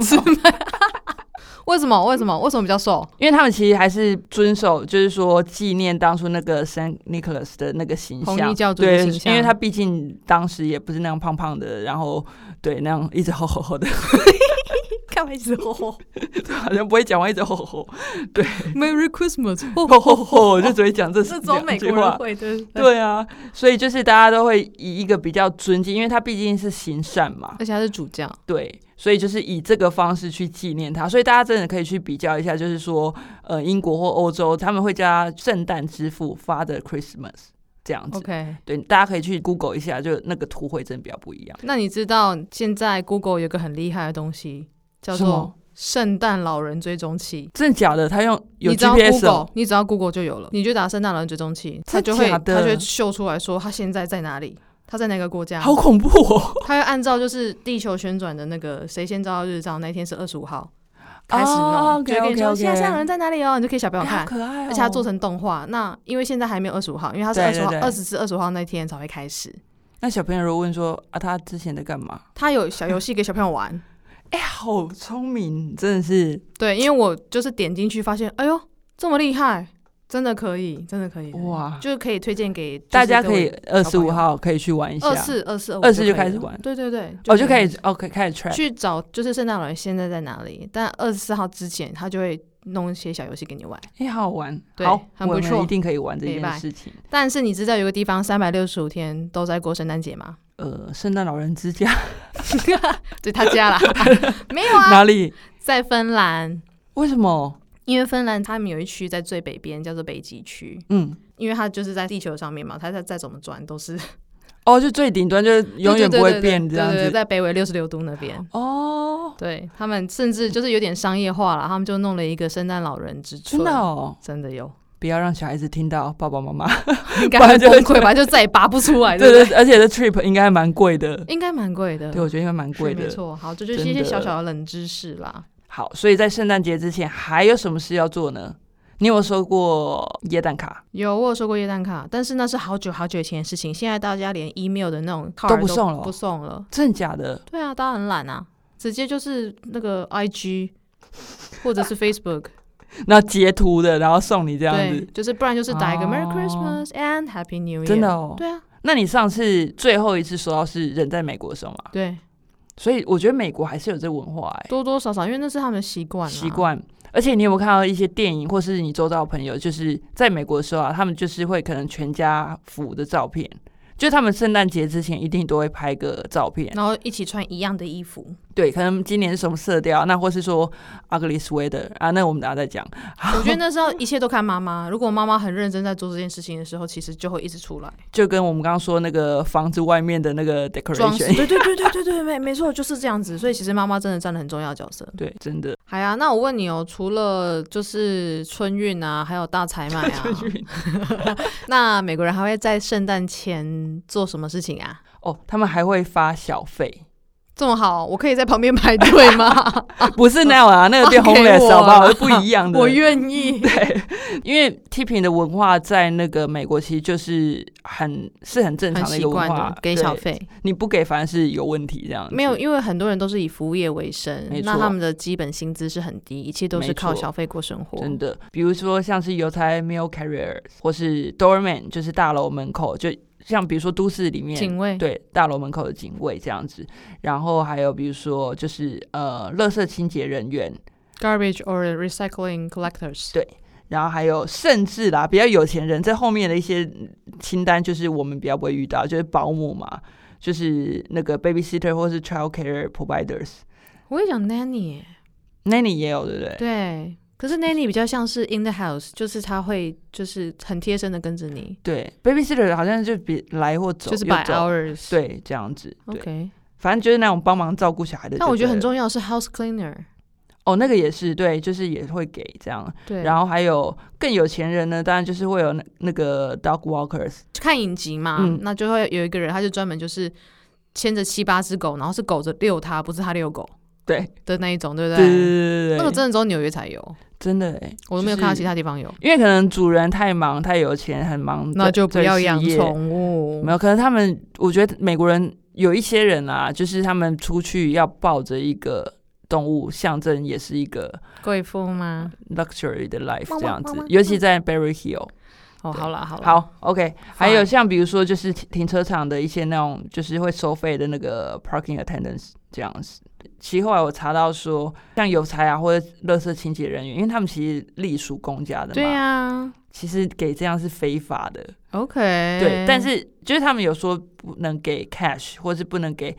Speaker 1: 为什么？为什么？为什么比较瘦？
Speaker 2: 因为他们其实还是遵守，就是说纪念当初那个 Saint Nicholas 的那个形
Speaker 1: 红
Speaker 2: 象，
Speaker 1: 衣教主的
Speaker 2: 对，
Speaker 1: 形象
Speaker 2: 因为他毕竟当时也不是那样胖胖的，然后对那样一直吼 吼吼的，
Speaker 1: 开玩笑
Speaker 2: 好像不会讲话，一直吼吼吼，
Speaker 1: ，Merry Christmas，
Speaker 2: 吼吼吼，就只会讲这
Speaker 1: 这种美
Speaker 2: 两句
Speaker 1: 国人
Speaker 2: 话。
Speaker 1: 会对对，
Speaker 2: 对啊，所以就是大家都会以一个比较尊敬，因为他毕竟是行善嘛，
Speaker 1: 而且他是主将，
Speaker 2: 对，所以就是以这个方式去纪念他，所以大家真的可以去比较一下，就是说，呃，英国或欧洲他们会加圣诞之父 Father Christmas 这样子。
Speaker 1: OK，
Speaker 2: 对，大家可以去 Google 一下，就那个图会真的比较不一样。
Speaker 1: 那你知道现在 Google 有个很厉害的东西，叫
Speaker 2: 什么
Speaker 1: 做圣诞老人追踪器。
Speaker 2: 真的假的？他用有
Speaker 1: 你只要
Speaker 2: GPS，、
Speaker 1: Google，
Speaker 2: 哦、
Speaker 1: 你只要 Google 就有了，你就打圣诞老人追踪器，它
Speaker 2: 真
Speaker 1: 就会
Speaker 2: 假
Speaker 1: 它
Speaker 2: 的
Speaker 1: 就会秀出来说他现在在哪里，他在哪个国家。
Speaker 2: 好恐怖哦！
Speaker 1: 它会按照就是地球旋转的那个谁先照到日照，那天是二十五
Speaker 2: 哦
Speaker 1: 号开始
Speaker 2: 啊
Speaker 1: 弄，
Speaker 2: ，OK，
Speaker 1: 就会跟你说
Speaker 2: OK，OK
Speaker 1: 现在圣诞老人在哪里哦，你就可以小朋友
Speaker 2: 哎好
Speaker 1: 看。
Speaker 2: 可爱、哦，
Speaker 1: 而且它做成动画，那因为现在还没有二十五号，因为它是
Speaker 2: 对
Speaker 1: 二
Speaker 2: 对
Speaker 1: 十号、
Speaker 2: 对
Speaker 1: 二十至二十号那天才会开始。
Speaker 2: 那小朋友如果问说啊，他之前在干嘛？
Speaker 1: 它有小游戏给小朋友玩，
Speaker 2: 哎、好聪明，真的是
Speaker 1: 对，因为我就是点进去发现，哎呦，这么厉害，真的可以，真的可以，
Speaker 2: 哇！
Speaker 1: 就是可以推荐给
Speaker 2: 大家可以二
Speaker 1: 小
Speaker 2: 十
Speaker 1: 朋
Speaker 2: 五
Speaker 1: 友
Speaker 2: 号可以去玩一下，
Speaker 1: 二四二四
Speaker 2: 24就开始玩
Speaker 1: 对对对，
Speaker 2: 哦就可以，OK，开始 track。
Speaker 1: 去找就是圣诞老人现在在哪里，但二十四号之前他就会弄一些小游戏给你玩。
Speaker 2: 哎、好好玩，
Speaker 1: 对
Speaker 2: 好，
Speaker 1: 很
Speaker 2: 我
Speaker 1: 不
Speaker 2: 们
Speaker 1: 错
Speaker 2: 一定可以玩这
Speaker 1: 明
Speaker 2: 件
Speaker 1: 白
Speaker 2: 事情。
Speaker 1: 但是你知道有个地方三百六十五天都在过圣诞节吗？
Speaker 2: 呃，圣诞老人之家、
Speaker 1: 对他 家啦，没有啊，
Speaker 2: 哪里？
Speaker 1: 在芬兰，
Speaker 2: 为什么？
Speaker 1: 因为芬兰他们有一区在最北边叫做北极区，
Speaker 2: 嗯，
Speaker 1: 因为它就是在地球上面嘛，它再再怎么转都是
Speaker 2: 哦，就最顶端，就是 永远不会变这
Speaker 1: 对
Speaker 2: 样
Speaker 1: 对对，
Speaker 2: 子。
Speaker 1: 在北纬六十六度那边，
Speaker 2: 哦，
Speaker 1: 对他们甚至就是有点商业化了，他们就弄了一个圣诞老人之春，
Speaker 2: 真的哦，
Speaker 1: 真的有，
Speaker 2: 不要让小孩子听到爸爸妈妈。
Speaker 1: 应该
Speaker 2: 不
Speaker 1: 会
Speaker 2: 然就
Speaker 1: 崩溃吧，就再也拔不出 来，
Speaker 2: 对
Speaker 1: 不
Speaker 2: 对，而且这 trip 应该还蛮贵的。
Speaker 1: 应该蛮贵的，
Speaker 2: 对，我觉得应该蛮
Speaker 1: 嗯是
Speaker 2: 贵
Speaker 1: 没
Speaker 2: 的。
Speaker 1: 错。好，这就是
Speaker 2: 真
Speaker 1: 一
Speaker 2: 的
Speaker 1: 些小小的冷知识啦。
Speaker 2: 好，所以在圣诞节之前还有什么事要做呢？你有没有收过耶诞卡？
Speaker 1: 有我有收过耶诞卡，但是那是好久好久以前的事情，现在大家连 email 的那种 card
Speaker 2: 都不送了哦
Speaker 1: 不送了。
Speaker 2: 真的假的？
Speaker 1: 对啊，大家很懒啊，直接就是那个 IG 或者是 Facebook。
Speaker 2: 那截图的，然后送你这样
Speaker 1: 对
Speaker 2: 子，，
Speaker 1: 就是不然就是打一个 Merry
Speaker 2: 哦
Speaker 1: Christmas and Happy New Year。
Speaker 2: 真的哦。
Speaker 1: 对啊，
Speaker 2: 那你上次最后一次收到是人在美国的时候吗？
Speaker 1: 对，
Speaker 2: 所以我觉得美国还是有这文化哎、
Speaker 1: 多多少少，因为那是他们的习惯啦。啊
Speaker 2: 习惯。而且你有没有看到一些电影，或是你周遭的朋友，就是在美国的时候啊，他们就是会可能全家福的照片，就是他们圣诞节之前一定都会拍个照片。
Speaker 1: 然后一起穿一样的衣 服，
Speaker 2: 对，可能今年是什么色调，那或是说 ugly sweater 啊，那我们等下再讲。
Speaker 1: 我觉得那时候一切都看妈妈。如果妈妈很认真在做这件事情的时候，其实就会一直出来
Speaker 2: 就跟我们刚刚说那个房子外面的那个
Speaker 1: 装饰。
Speaker 2: decoration，
Speaker 1: 对对对对对对，没没错，就是这样子。所以其实妈妈真的占了很重要的角 色。
Speaker 2: 对，真的。
Speaker 1: 好呀，那我问你哦，除了就是春运啊，还有大采买啊，那美国人还会在圣诞前做什么事情啊？
Speaker 2: 哦，他们还会发小费，
Speaker 1: 这么好，我可以在旁边排队 吗？
Speaker 2: 不是那样啊，那个 变
Speaker 1: 哦给
Speaker 2: homeless
Speaker 1: 我
Speaker 2: 好不好？
Speaker 1: 啦
Speaker 2: 不一样的。
Speaker 1: 我愿意。
Speaker 2: 因为 tipping 的文化在那个美国其实就是很是很正
Speaker 1: 很
Speaker 2: 常的一
Speaker 1: 习
Speaker 2: 个文
Speaker 1: 惯
Speaker 2: 化
Speaker 1: 的，给
Speaker 2: 对
Speaker 1: 小，费，
Speaker 2: 你不给反而是有问题这样子。
Speaker 1: 没有，因为很多人都是以服务业为生
Speaker 2: 没，
Speaker 1: 那
Speaker 2: 错
Speaker 1: 他们的基本薪资是很低，一切都
Speaker 2: 没
Speaker 1: 是
Speaker 2: 错
Speaker 1: 靠小费过生活。
Speaker 2: 真的，比如说像是邮差 mail carrier 或是 doorman，就是大楼门口，就像比如说都市里面。
Speaker 1: 警卫，
Speaker 2: 对，大楼门口的警卫这样子，然后还有比如说就是呃，垃圾清洁人员，
Speaker 1: ，garbage or recycling collectors，
Speaker 2: 对然后还有甚至啦，比较有钱人在后面的一些清单，就是我们比较不会遇到，就是保姆嘛，就是那个 babysitter 或是 child care providers。
Speaker 1: 我也讲 nanny，耶
Speaker 2: Nanny 也有，对不对？
Speaker 1: 对。可是 nanny 比较像是 in the house，就是他会就是很贴身的跟着你，
Speaker 2: 对，babysitter 好像就比来或走，
Speaker 1: 就是
Speaker 2: 又
Speaker 1: by
Speaker 2: 走
Speaker 1: hours。
Speaker 2: 对，这样子。对
Speaker 1: ，OK。
Speaker 2: 反正就是那种帮忙照顾小孩的。
Speaker 1: 但我觉得很
Speaker 2: 重
Speaker 1: 重要的是 house cleaner。
Speaker 2: 哦，那个也是对，就是也会给这样。
Speaker 1: 对，
Speaker 2: 然后还有更有钱人呢，当然就是会有那那个 dog walkers，
Speaker 1: 看影集嘛，
Speaker 2: 嗯
Speaker 1: 那就会有一个人，他就专门就是牵着七八只狗，然后是狗着遛他，不是他遛狗
Speaker 2: 对，
Speaker 1: 的那一种，对不对？
Speaker 2: 对对对对对，
Speaker 1: 那个真的只有纽约才有，
Speaker 2: 真的哎，
Speaker 1: 我都没有看到其
Speaker 2: 他，
Speaker 1: 他地方有。
Speaker 2: 因为可能主人太忙、太有钱、很忙，
Speaker 1: 那
Speaker 2: 对
Speaker 1: 就不要养。
Speaker 2: 对事业
Speaker 1: 宠物
Speaker 2: 没。有，可能他们，我觉得美国人有一些人啊，就是他们出去要抱着一个动物，象征也是一个
Speaker 1: 贵妇吗？
Speaker 2: luxury 的 life
Speaker 1: 汪
Speaker 2: 这样
Speaker 1: 汪
Speaker 2: 子
Speaker 1: 汪，
Speaker 2: 尤其在 Berry Hill。
Speaker 1: 哦，好啦，好啦，，
Speaker 2: 好，OK，还有像比如说就是停停车场的一些那种就是会收费的那个 parking attendants 这样子。其实后来我查到说，像邮差啊或者垃圾清洁人员，因为他们其实隶属公家的嘛，
Speaker 1: 对呀
Speaker 2: 其实给这样是非法的。
Speaker 1: ，OK。
Speaker 2: 对，但是就是他们有说不能给 cash，或是不能给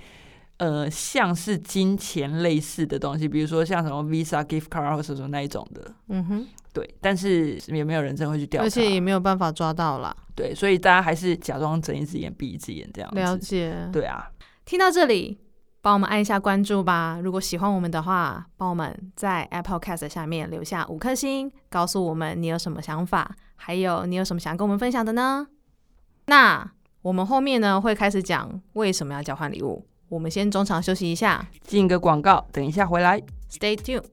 Speaker 2: 呃像是金钱类似的东西，比如说像什么 Visa gift card 或者什么那一种的。
Speaker 1: 嗯哼，
Speaker 2: 对，但是也没有人真的会去调查，
Speaker 1: 而且也没有办法抓到啦。
Speaker 2: 对，所以大家还是假装睁一只眼闭一只眼这样子。
Speaker 1: 了解。
Speaker 2: 对啊，
Speaker 1: 听到这里，帮我们按一下关注吧。如果喜欢我们的话，帮我们在 Apple Cast 下面留下五颗星，告诉我们你有什么想法，还有你有什么想跟我们分享的呢？那我们后面呢会开始讲为什么要交换礼物。我们先中场休息一下
Speaker 2: 进个广告，等一下回来。
Speaker 1: ，Stay tuned。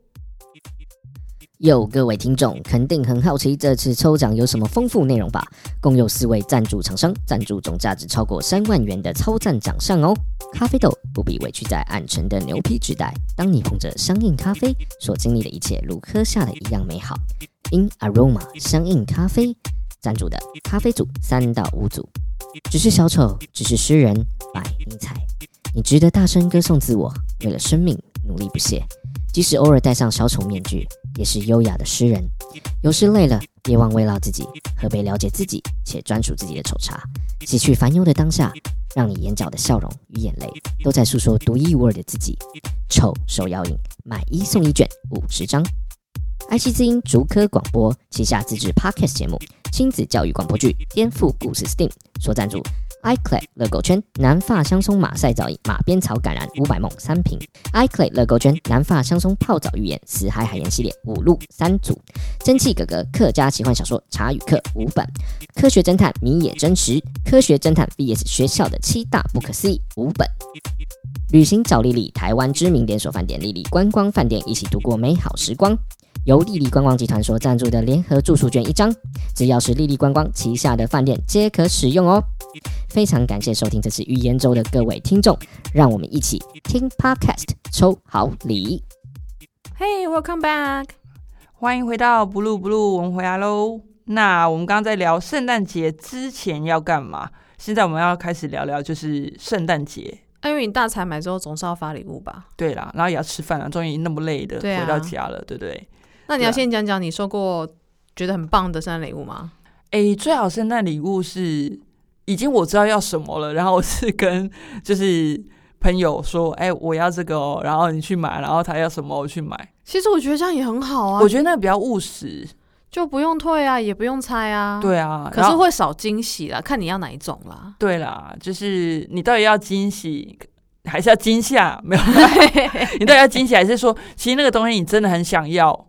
Speaker 4: 有各位听众肯定很好奇这次抽奖有什么丰富内容吧？共有四位赞助厂商，赞助总价值超过三万元的超赞奖项哦。咖啡豆不必委屈在暗沉的牛皮纸袋，当你捧着相应咖啡，所经历的一切如喝下的一样美好。In Aroma 相应咖啡赞助的咖啡组三到五组，只是小丑，只是诗人，百尼采，你值得大声歌颂自我，为了生命努力不懈，即使偶尔戴上小丑面具。也是优雅的诗人。有时累了，别忘慰劳自己，喝杯了解自己且专属自己的丑茶，洗去烦忧的当下，让你眼角的笑容与眼泪都在诉说独一无二的自己。丑手摇饮，买一送一卷，五十张。爱惜之音竹科广播旗下自制 Podcast 节目《亲子教育广播剧》《颠覆故事 STEAM》所赞助。iClay 乐狗圈南发香松马赛澡饮马鞭草橄榄五百梦三瓶 iClay 乐购圈南发香松泡澡浴盐死海海盐系列五路三组，蒸汽哥哥客家奇幻小说《茶语课》五本，科学侦探米野真实，科学侦探 VS 学校的七大不可思议五本。旅行找丽丽，台湾知名连锁饭店丽丽观光饭店，一起度过美好时光。由丽丽观光集团所赞助的联合住宿券一张，只要是丽丽观光旗下的饭店皆可使用哦。非常感谢收听这次预言周的各位听众，让我们一起听 Podcast 抽好礼。
Speaker 1: Hey，welcome back。
Speaker 2: 欢迎回到 Blue Blue，我们回来喽。那我们刚刚在聊圣诞节之前要干嘛，现在我们要开始聊聊就是圣诞节。
Speaker 1: 哎因为你大采买之后总是要发礼物吧？
Speaker 2: 对啦，然后也要吃饭了，啊终于那么累的
Speaker 1: 对啊
Speaker 2: 回到家了，对不对？
Speaker 1: 那你要
Speaker 2: 对啊
Speaker 1: 先讲讲你收过觉得很棒的圣诞礼物吗？
Speaker 2: 诶，最好圣诞礼物是已经我知道要什么了，然后我是跟就是朋友说，诶，我要这个哦，然后你去买，然后他要什么我去买。
Speaker 1: 其实我觉得这样也很好啊
Speaker 2: 我，觉得那个比较务实，
Speaker 1: 就不用退啊，也不用猜啊。
Speaker 2: 对啊。
Speaker 1: 可
Speaker 2: 然
Speaker 1: 是
Speaker 2: 后
Speaker 1: 会少惊喜啦，看你要哪一种 啦。
Speaker 2: 对啦，就是你到底要惊喜还是要惊吓？没有，你到底要惊喜还是说，其实那个东西你真的很想要？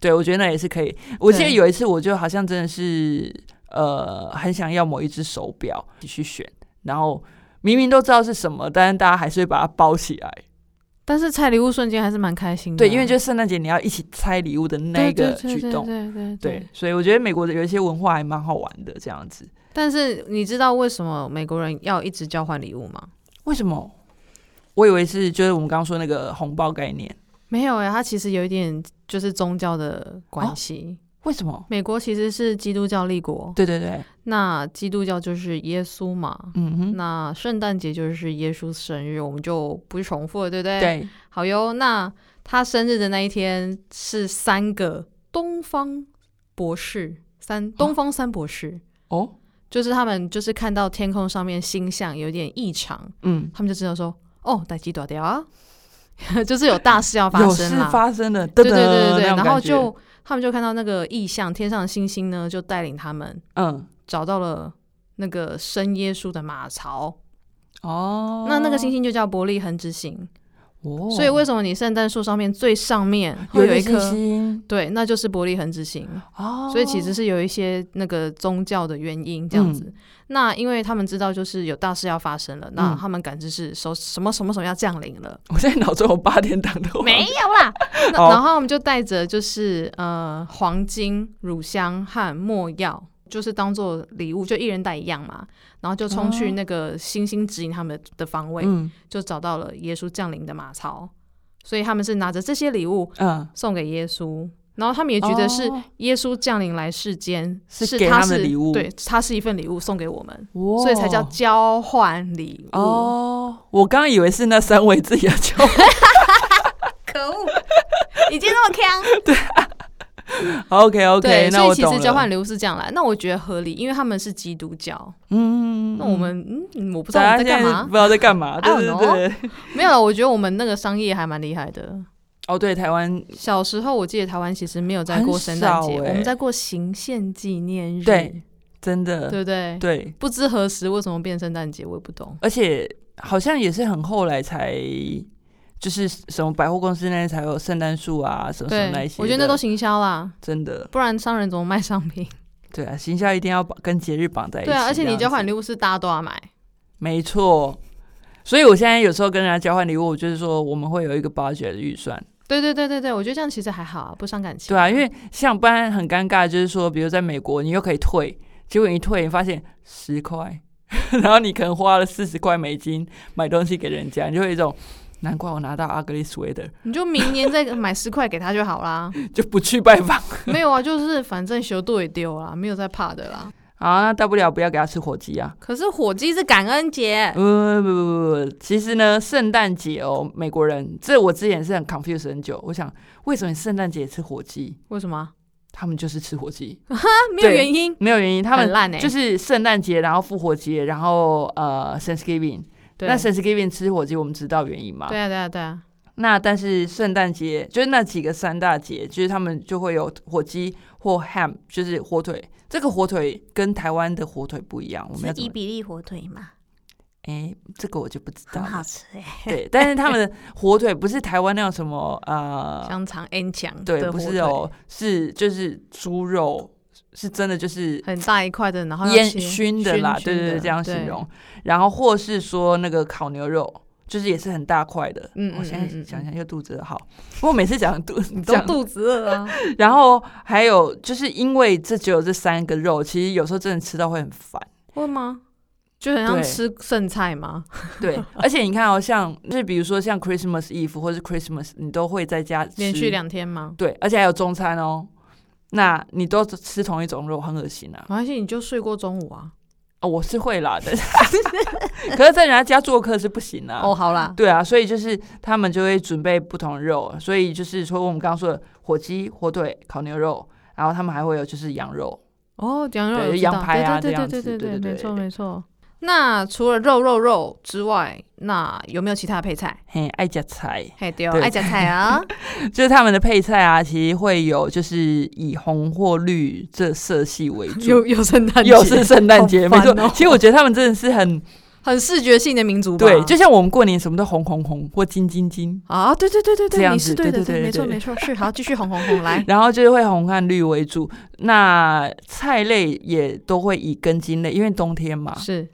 Speaker 2: 对，我觉得那也是可以。我记得
Speaker 1: 对
Speaker 2: 有一次，我就好像真的是呃，很想要某一只手表去选，然后明明都知道是什么，但是大家还是会把它包起来。
Speaker 1: 但是拆礼物瞬间还是蛮开心的啊、
Speaker 2: 对，因为就是圣诞节你要一起拆礼物的
Speaker 1: 对
Speaker 2: 那
Speaker 1: 对
Speaker 2: 个
Speaker 1: 对
Speaker 2: 举动。
Speaker 1: 对对对
Speaker 2: 对，所以我觉得美国的有一些文化还蛮好玩的，这样子。
Speaker 1: 但是你知道为什么美国人要一直交换礼物吗？
Speaker 2: 为什么？我以为是就是我们刚刚说那个红包概念，
Speaker 1: 没有呀、它其实有一点就是宗教的关系。
Speaker 2: 为什么？
Speaker 1: 美国其实是基督教立国，
Speaker 2: 对对对，
Speaker 1: 那基督教就是耶稣嘛。
Speaker 2: 嗯哼，
Speaker 1: 那圣诞节就是耶稣生日，我们就不重复了，对不对？。
Speaker 2: 对，
Speaker 1: 好哟，那他生日的那一天是三个东方博士，三东方三博士，
Speaker 2: 哦，
Speaker 1: 就是他们就是看到天空上面星象有点异常，
Speaker 2: 嗯，
Speaker 1: 他们就知道说，哦，待机躲掉啊， 就是有大事哦要发
Speaker 2: 有
Speaker 1: 生
Speaker 2: 事
Speaker 1: 啦。
Speaker 2: 发生了，
Speaker 1: 对
Speaker 2: 对
Speaker 1: 对对对对，然后就他们就看到那个异象，天上的星星呢就带领他们
Speaker 2: 嗯
Speaker 1: 找到了那个生耶稣的马槽，
Speaker 2: 哦，
Speaker 1: 那那个星星就叫伯利恒之星。
Speaker 2: 哦，
Speaker 1: 所以为什么你圣诞树上面最上面
Speaker 2: 有
Speaker 1: 会有
Speaker 2: 一
Speaker 1: 一
Speaker 2: 颗
Speaker 1: 颗？
Speaker 2: 星
Speaker 1: 对，那就是伯利恒之星。
Speaker 2: 哦，嗯
Speaker 1: 所以其实是有一些那个宗教的原因这样子。那因为他们知道就是有大事要发生了，
Speaker 2: 嗯
Speaker 1: 那他们感知是什什么什么什么要降临 了，
Speaker 2: 我现在脑中有八点档的画
Speaker 3: 没
Speaker 2: 面，
Speaker 3: 有啦，
Speaker 1: 那
Speaker 2: 好
Speaker 1: 然后他们就带着就是呃黄金、乳香和没药。就是当做礼物，就一人带一样嘛，然后就冲去
Speaker 2: 哦
Speaker 1: 那个星星指引他们的方位，
Speaker 2: 嗯
Speaker 1: 就找到了耶稣降临的马槽，所以他们是拿着这些礼物
Speaker 2: 嗯，
Speaker 1: 送给耶稣，然后他们也觉得是
Speaker 2: 哦
Speaker 1: 耶稣降临来世间，
Speaker 2: 是
Speaker 1: 是
Speaker 2: 给
Speaker 1: 他
Speaker 2: 他们
Speaker 1: 是
Speaker 2: 礼物
Speaker 1: 对，他是一份礼物送给我们，
Speaker 2: 哇
Speaker 1: 所以才叫嗯交换礼物。
Speaker 2: 哦。我刚刚以为是那三位自己要 交换，
Speaker 3: 可恶，已经那么坑，
Speaker 2: OK
Speaker 1: 对
Speaker 2: OK，，那
Speaker 1: 所
Speaker 2: 我
Speaker 1: 以其
Speaker 2: 懂
Speaker 1: 实
Speaker 2: 了。
Speaker 1: 交换礼物是这样来，那我觉得合理，因为他们是基督教。
Speaker 2: 嗯，嗯嗯
Speaker 1: 那我们嗯嗯，我不
Speaker 2: 不
Speaker 1: 知道我们在干嘛
Speaker 2: 不。知道在干嘛。
Speaker 1: I
Speaker 2: 对
Speaker 1: don't
Speaker 2: 对对，
Speaker 1: 没有，我觉得我们那个商业还蛮厉害的。
Speaker 2: 哦对，台湾
Speaker 1: 小时候我记得台湾其实没有在过圣诞节，
Speaker 2: 很少欸
Speaker 1: 我们在过行宪纪念日，
Speaker 2: 对真的
Speaker 1: 对不对？
Speaker 2: 对，
Speaker 1: 不知何时为什么变圣诞节，我也不懂。
Speaker 2: 而且好像也是很后来才。就是什么百货公司那些才有圣诞树啊，什么什么
Speaker 1: 对
Speaker 2: 那一些，的，
Speaker 1: 我觉得那都行销啦，
Speaker 2: 真的
Speaker 1: 不然商人怎么卖商 品？
Speaker 2: 对啊，行销一定要绑跟节日绑在一起。
Speaker 1: 对啊，而且你交换
Speaker 2: 礼，
Speaker 1: 礼物是大家都要买，
Speaker 2: 没错。所以我现在有时候跟人家交换礼物，我就是说我们会有一个 budget 的预算，
Speaker 1: 对对对对对，我觉得这样其实还好啊，不伤感情。
Speaker 2: 对啊，因为像不然很尴尬，就是说，比如在美国，你又可以退，结果你一退，你发现十块， 然后你可能花了四十块美金买东西给人家，你就会有一种难怪我拿到 ugly sweater
Speaker 1: 你就明年再买十块给他就好啦。
Speaker 2: 就不去拜访。
Speaker 1: 没有啊，就是反正修度也丢啦，没有在怕的啦。
Speaker 2: 啊，那大不了不要给他吃火鸡啊。
Speaker 1: 可是火鸡是感恩节，
Speaker 2: 呃，不不不不，其实呢，圣诞节哦，美国人这我之前是很 confused 很久，我想为什么圣诞节吃火鸡？
Speaker 1: 为什么？
Speaker 2: 他们就是吃火鸡，
Speaker 1: 啊，没有
Speaker 2: 对
Speaker 1: 原因，
Speaker 2: 没有原因，他
Speaker 1: 很
Speaker 2: 们
Speaker 1: 烂哎、
Speaker 2: 就是圣诞节，然后复活节，然后呃 Thanksgiving。
Speaker 1: 对
Speaker 2: 那 Thanksgiving 吃火鸡，我们知道原因嘛？
Speaker 1: 对啊对啊对啊，
Speaker 2: 那但是圣诞节就是那几个三大节，就是他们就会有火鸡或 ham，就是火腿。这个火腿跟台湾的火腿不一样，我们要
Speaker 3: 是
Speaker 2: 怎
Speaker 3: 伊
Speaker 2: 么？
Speaker 3: 比利火腿嘛，
Speaker 2: 哎，这个我就不知道
Speaker 3: 很好
Speaker 2: 了。
Speaker 3: 吃
Speaker 1: 欸
Speaker 3: 哎、
Speaker 2: 对，但是他们的火腿不是台湾那种什么呃，
Speaker 1: 香肠 N 强
Speaker 2: 对，
Speaker 1: 的
Speaker 2: 不
Speaker 1: 火
Speaker 2: 是
Speaker 1: 腿，
Speaker 2: 哦，是就是猪肉，是真的就是
Speaker 1: 很大一块的，然后要
Speaker 2: 烟
Speaker 1: 切
Speaker 2: 熏的啦，
Speaker 1: 熏
Speaker 2: 对对
Speaker 1: 的
Speaker 2: 对，这样形容。然后或是说那个烤牛肉，就是也是很大块的。
Speaker 1: 嗯
Speaker 2: 我
Speaker 1: 嗯
Speaker 2: 现在
Speaker 1: 嗯嗯
Speaker 2: 想想又肚子饿好，不过每次讲肚
Speaker 1: 你都
Speaker 2: 讲，
Speaker 1: 肚子饿了、啊，
Speaker 2: 然后还有就是因为这只有这三个肉，其实有时候真的吃到会很烦。
Speaker 1: 会吗？就很像
Speaker 2: 对
Speaker 1: 吃剩菜吗？
Speaker 2: 对，而且你看哦，像就是比如说像 Christmas Eve 或是 Christmas，你都会在家吃
Speaker 1: 连续两天吗？
Speaker 2: 对，而且还有中餐哦。那你都吃同一种肉，很恶心啊！
Speaker 1: 没关系，你就睡过中午啊。
Speaker 2: 哦，我是会 啦的，可是在人家家做客是不行啊。
Speaker 1: 哦，好啦，
Speaker 2: 对啊，所以就是他们就会准备不同的肉，所以就是说我们刚刚说的火鸡、火腿、烤牛肉，然后他们还会有就是羊肉，
Speaker 1: 哦，羊肉
Speaker 2: 对
Speaker 1: 有
Speaker 2: 羊
Speaker 1: 知道
Speaker 2: 排啊
Speaker 1: 对
Speaker 2: 这
Speaker 1: 对
Speaker 2: 样
Speaker 1: 对
Speaker 2: 子
Speaker 1: 对
Speaker 2: 对对
Speaker 1: 对，
Speaker 2: 对
Speaker 1: 没错没错。那除了肉肉肉之外，那有没有其他的配菜？
Speaker 2: 嘿，爱加菜，
Speaker 1: 嘿，对哦，
Speaker 2: 对
Speaker 1: 爱夹菜 啊，
Speaker 2: 就是他们的配菜啊，其实会有就是以红或绿这色系为主。
Speaker 1: 又又圣诞节，
Speaker 2: 又是圣诞
Speaker 1: 好
Speaker 2: 节，没
Speaker 1: 烦
Speaker 2: 错
Speaker 1: 哦。
Speaker 2: 其实我觉得他们真的是很
Speaker 1: 很视觉性的民族吧？
Speaker 2: 对，就像我们过年什么都红红红或金金金，
Speaker 1: 啊，对对对对
Speaker 2: 这
Speaker 1: 对，
Speaker 2: 样
Speaker 1: 你
Speaker 2: 子
Speaker 1: 是对
Speaker 2: 对
Speaker 1: 的，
Speaker 2: 对对
Speaker 1: 没错
Speaker 2: 对。
Speaker 1: 没错，是好，继续红红红来
Speaker 2: 然后就是会红和绿为主。那菜类也都会以根茎类，因为冬天嘛，
Speaker 1: 是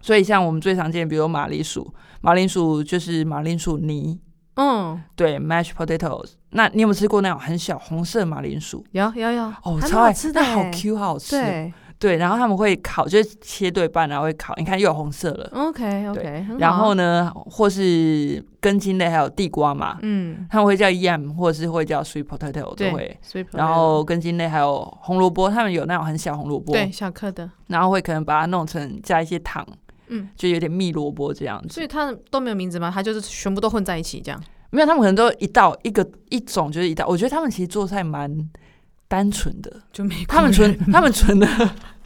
Speaker 2: 所以像我们最常见，比如马铃薯，马铃薯就是马铃薯泥，
Speaker 1: 嗯，
Speaker 2: 对，mashed potatoes。那你有没有吃过那种很小红色的马铃薯？
Speaker 1: 有有有，
Speaker 2: 哦，
Speaker 1: 还蛮
Speaker 2: 超爱
Speaker 1: 好吃的
Speaker 2: 那好
Speaker 1: 欸
Speaker 2: Q，好好吃。
Speaker 1: 对
Speaker 2: 对然后他们会烤，就是切对半，然后会烤。你看又有红色了。
Speaker 1: ，OK OK，
Speaker 2: 然后呢，或是根茎类，还有地瓜嘛，
Speaker 1: 嗯，
Speaker 2: 他们会叫 yam，或者是会叫 sweet potato
Speaker 1: 对
Speaker 2: 都会。
Speaker 1: 所以
Speaker 2: 然后根茎类还有红萝卜，他们有那种很小红萝卜，
Speaker 1: 对小颗的，
Speaker 2: 然后会可能把它弄成加一些糖，
Speaker 1: 嗯，
Speaker 2: 就有点蜜萝卜这样子。
Speaker 1: 所以它都没有名字吗？它就是全部都混在一起这样。
Speaker 2: 没有，他们可能都一道一个一种就是一道。我觉得他们其实做菜蛮单纯的，
Speaker 1: 就美国
Speaker 2: 他们
Speaker 1: 人
Speaker 2: 纯他们纯的，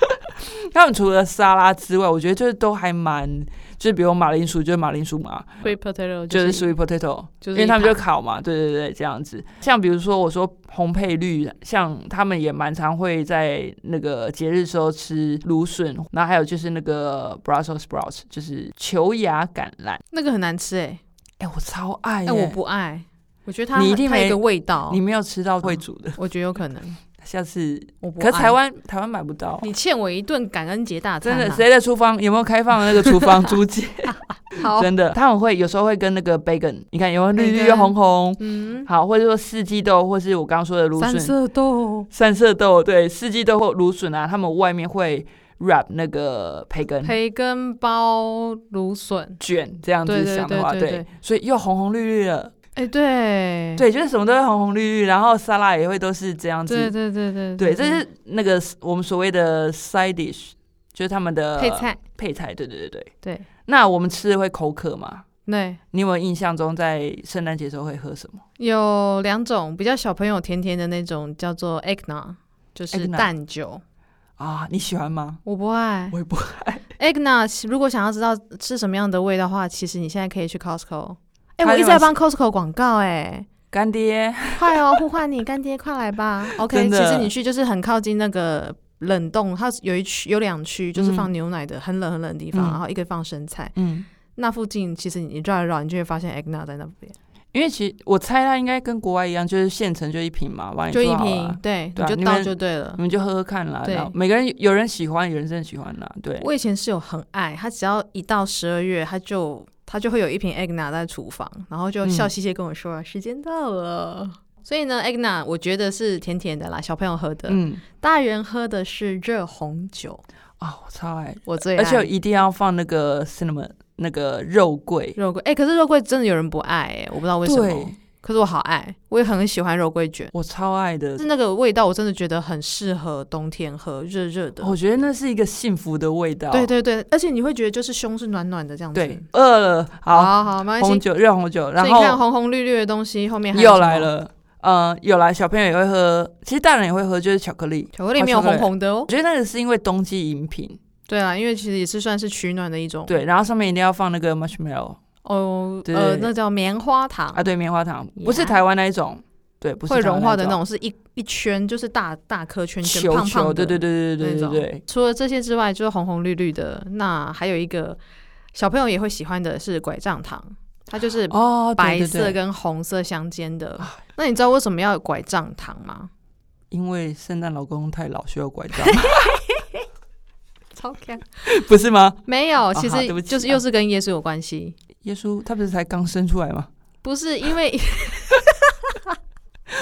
Speaker 2: 他们除了沙拉之外，我觉得就是都还蛮，就是比如马铃薯就是马铃薯嘛，
Speaker 1: ，sweet potato
Speaker 2: 就是
Speaker 1: 是
Speaker 2: sweet potato，
Speaker 1: 就是
Speaker 2: 因为他们
Speaker 1: 一
Speaker 2: 就
Speaker 1: 盘
Speaker 2: 烤嘛，对对对，这样子。像比如说我说烘焙率，像他们也蛮常会在那个节日时候吃芦笋，然后还有就是那个 Brussels sprouts，就是球芽橄榄。
Speaker 1: 那个很难吃哎，
Speaker 2: 哎、我超爱、
Speaker 1: 哎、
Speaker 2: 耶
Speaker 1: 我不爱，我觉得它
Speaker 2: 你一定
Speaker 1: 它有
Speaker 2: 没
Speaker 1: 一个味道
Speaker 2: 你，没有吃到会煮的，
Speaker 1: 我觉得有可能，
Speaker 2: 下次
Speaker 1: 嗯我不爱。
Speaker 2: 可是台湾台湾买不到。
Speaker 1: 你欠我一顿感恩节大餐
Speaker 2: 真
Speaker 1: 啊、
Speaker 2: 的，谁在厨房有没有开放那个厨房租借？
Speaker 1: 好，
Speaker 2: 真的，他们会有时候会跟那个 bacon，你看有没有绿绿
Speaker 1: Bacon
Speaker 2: 又红红，
Speaker 1: 嗯，
Speaker 2: 好，或者说四季豆，或是我刚刚说的芦
Speaker 1: 三
Speaker 2: 笋、
Speaker 1: 色豆
Speaker 2: 三色豆，对，四季豆或芦笋啊，他们外面会 wrap 那个培根
Speaker 1: 培根包芦笋，
Speaker 2: 卷这样
Speaker 1: 对
Speaker 2: 子
Speaker 1: 对
Speaker 2: 想
Speaker 1: 对
Speaker 2: 的话，
Speaker 1: 对对
Speaker 2: 所以又红红绿绿的，
Speaker 1: 哎、对，
Speaker 2: 对，就是什么都会红红绿绿，然后沙拉也会都是这样
Speaker 1: 对
Speaker 2: 子，
Speaker 1: 对对对嗯
Speaker 2: 对，这是那个我们所谓的 side dish，就是他们的
Speaker 1: 配菜，
Speaker 2: 配菜，对对对对。
Speaker 1: 对
Speaker 2: 那我们吃的会口渴吗？
Speaker 1: 对。
Speaker 2: 你有没有印象中在圣诞节的时候会喝什么？
Speaker 1: 有两种比较小朋友甜甜的那种，叫做 eggnog，就是
Speaker 2: ，eggnog
Speaker 1: 蛋酒。
Speaker 2: 啊，你喜欢吗？
Speaker 1: 我不爱
Speaker 2: 我 也不
Speaker 1: eggnog。如果想要知道是什么样的味道的话，其实你现在可以去 Costco。哎、
Speaker 2: 它
Speaker 1: 我一
Speaker 2: 那
Speaker 1: 直在
Speaker 2: 种
Speaker 1: 帮 Costco 广告哎、
Speaker 2: 干爹，
Speaker 1: 快 哦，呼唤你干爹，快来吧。OK，
Speaker 2: 真
Speaker 1: 其
Speaker 2: 的
Speaker 1: 实你去就是很靠近那个冷冻，它有一区有两区就是放
Speaker 2: 嗯
Speaker 1: 牛奶的，很冷很冷的地方，
Speaker 2: 嗯
Speaker 1: 然后一个放生菜。
Speaker 2: 嗯，
Speaker 1: 那附近其实你绕一绕，你就会发现 eggnog 在那边，
Speaker 2: 因为其实我猜它应该跟国外一样，就是现成就一瓶嘛，帮你
Speaker 1: 就
Speaker 2: 做
Speaker 1: 一
Speaker 2: 哎好
Speaker 1: 瓶
Speaker 2: 了，，
Speaker 1: 对，
Speaker 2: 对啊
Speaker 1: 你就
Speaker 2: 你
Speaker 1: 倒
Speaker 2: 们
Speaker 1: 就对了
Speaker 2: 你。们就喝喝看啦。
Speaker 1: 对
Speaker 2: 然后每个人有有人喜欢，有人真的喜欢啦，对，
Speaker 1: 我以前是有很爱，他只要一到十二月，他就他就会有一瓶 egg 拿在厨房，然后就
Speaker 2: 嗯
Speaker 1: 笑嘻嘻跟我说、时间到了。所以呢，egg a 我觉得是甜甜的啦，小朋友喝的，
Speaker 2: 嗯，
Speaker 1: 大人喝的是热红酒，
Speaker 2: 啊，我超爱，
Speaker 1: 我最爱。
Speaker 2: 而且一定要放那个 cinnamon 那个肉桂，
Speaker 1: 肉桂，哎、可是肉桂真的有人不爱、哎，我不知道为什么
Speaker 2: 对。
Speaker 1: 可是我好爱，我也很喜欢肉桂卷，
Speaker 2: 我超爱的
Speaker 1: 是，那个味道，我真的觉得很适合冬天喝，热热的。
Speaker 2: 我觉得那是一个幸福的味道，
Speaker 1: 对对对，而且你会觉得就是胸是暖暖的这样子。
Speaker 2: 对，饿了，好，
Speaker 1: 好好，没关系
Speaker 2: 红。酒热红酒，然
Speaker 1: 所以你看
Speaker 2: 后
Speaker 1: 红红绿绿的东西，后面还有
Speaker 2: 又
Speaker 1: 什么
Speaker 2: 来，了。呃，有来小朋友也会喝，其实大人也会喝，就是巧克力。
Speaker 1: 巧克力没有红红的哦
Speaker 2: 我。觉得那个是因为冬季饮品，
Speaker 1: 对啊，因为其实也是算是取暖的一种。
Speaker 2: 对，然后上面一定要放那个 marshmallow
Speaker 1: 哦，
Speaker 2: 对
Speaker 1: 呃，那叫棉花糖，
Speaker 2: 啊，对，棉花糖，不是
Speaker 1: Yeah
Speaker 2: 台湾那一种，对，不是
Speaker 1: 会
Speaker 2: 台湾
Speaker 1: 融化的
Speaker 2: 一
Speaker 1: 那种，是一一圈，就是大大颗圈圈，
Speaker 2: 球
Speaker 1: 胖胖
Speaker 2: 球，
Speaker 1: 的。
Speaker 2: 对对对对
Speaker 1: 那
Speaker 2: 对对
Speaker 1: 种
Speaker 2: 对，
Speaker 1: 除了这些之外，就是红红绿绿的。那还有一个小朋友也会喜欢的是拐杖糖，它就是
Speaker 2: 哦，对啊
Speaker 1: 白
Speaker 2: 对
Speaker 1: 色
Speaker 2: 对
Speaker 1: 跟红色相间的。那你知道为什么要有拐杖糖吗？
Speaker 2: 因为圣诞老公太老需 要拐杖，
Speaker 1: 超强！
Speaker 2: 不是吗？
Speaker 1: 没有，
Speaker 2: 好
Speaker 1: 其
Speaker 2: 对不
Speaker 1: 实
Speaker 2: 起
Speaker 1: 就是
Speaker 2: 啊
Speaker 1: 又是跟耶稣有关系，
Speaker 2: 耶稣他不是才刚生出来吗？
Speaker 1: 不是因为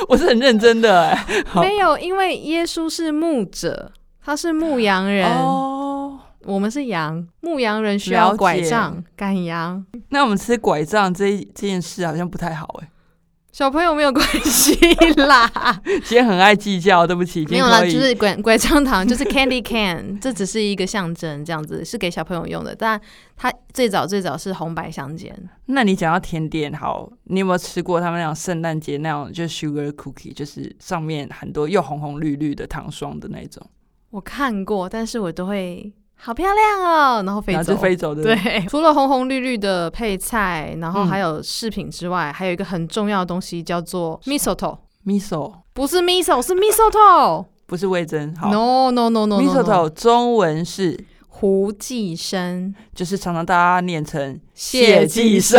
Speaker 2: 我是很认真的哎、好
Speaker 1: 没有，因为耶稣是牧者，他是牧羊 人，
Speaker 2: 哦，
Speaker 1: 我们是羊，牧羊人需
Speaker 2: 了
Speaker 1: 要
Speaker 2: 解
Speaker 1: 拐杖赶羊，
Speaker 2: 那我们吃拐杖这一这件事好像不太好哎、
Speaker 1: 小朋友没有关系啦，
Speaker 2: 今天很爱计较，对不起，
Speaker 1: 没
Speaker 2: 今
Speaker 1: 有
Speaker 2: 天
Speaker 1: 啦，
Speaker 2: 可
Speaker 1: 就
Speaker 2: 以。
Speaker 1: 是拐拐杖糖，就是 candy can，这 只是一个象征，这样子是给小朋友用的，但它最早最早是红白相间，
Speaker 2: 那你讲到甜点，好，你有没有吃过他们那种圣诞节那种就 sugar cookie，就是上面很多又红红绿绿的糖霜的那种，
Speaker 1: 我看过，但是我都会好漂亮哦，然后飞
Speaker 2: 然后
Speaker 1: 走
Speaker 2: 就。飞走的。
Speaker 1: 对，除了红红绿绿的配菜，然后
Speaker 2: 嗯
Speaker 1: 还有饰品之外，还有一个很重要的东西叫做 mistletoe。
Speaker 2: miso
Speaker 1: 不是 miso，是 mistletoe。
Speaker 2: 不是味噌，好
Speaker 1: No no no no, no, no
Speaker 2: ，miso 中文是
Speaker 1: 胡寄生，
Speaker 2: 就是常常大家念成
Speaker 1: 谢
Speaker 2: 寄
Speaker 1: 寄
Speaker 2: 生，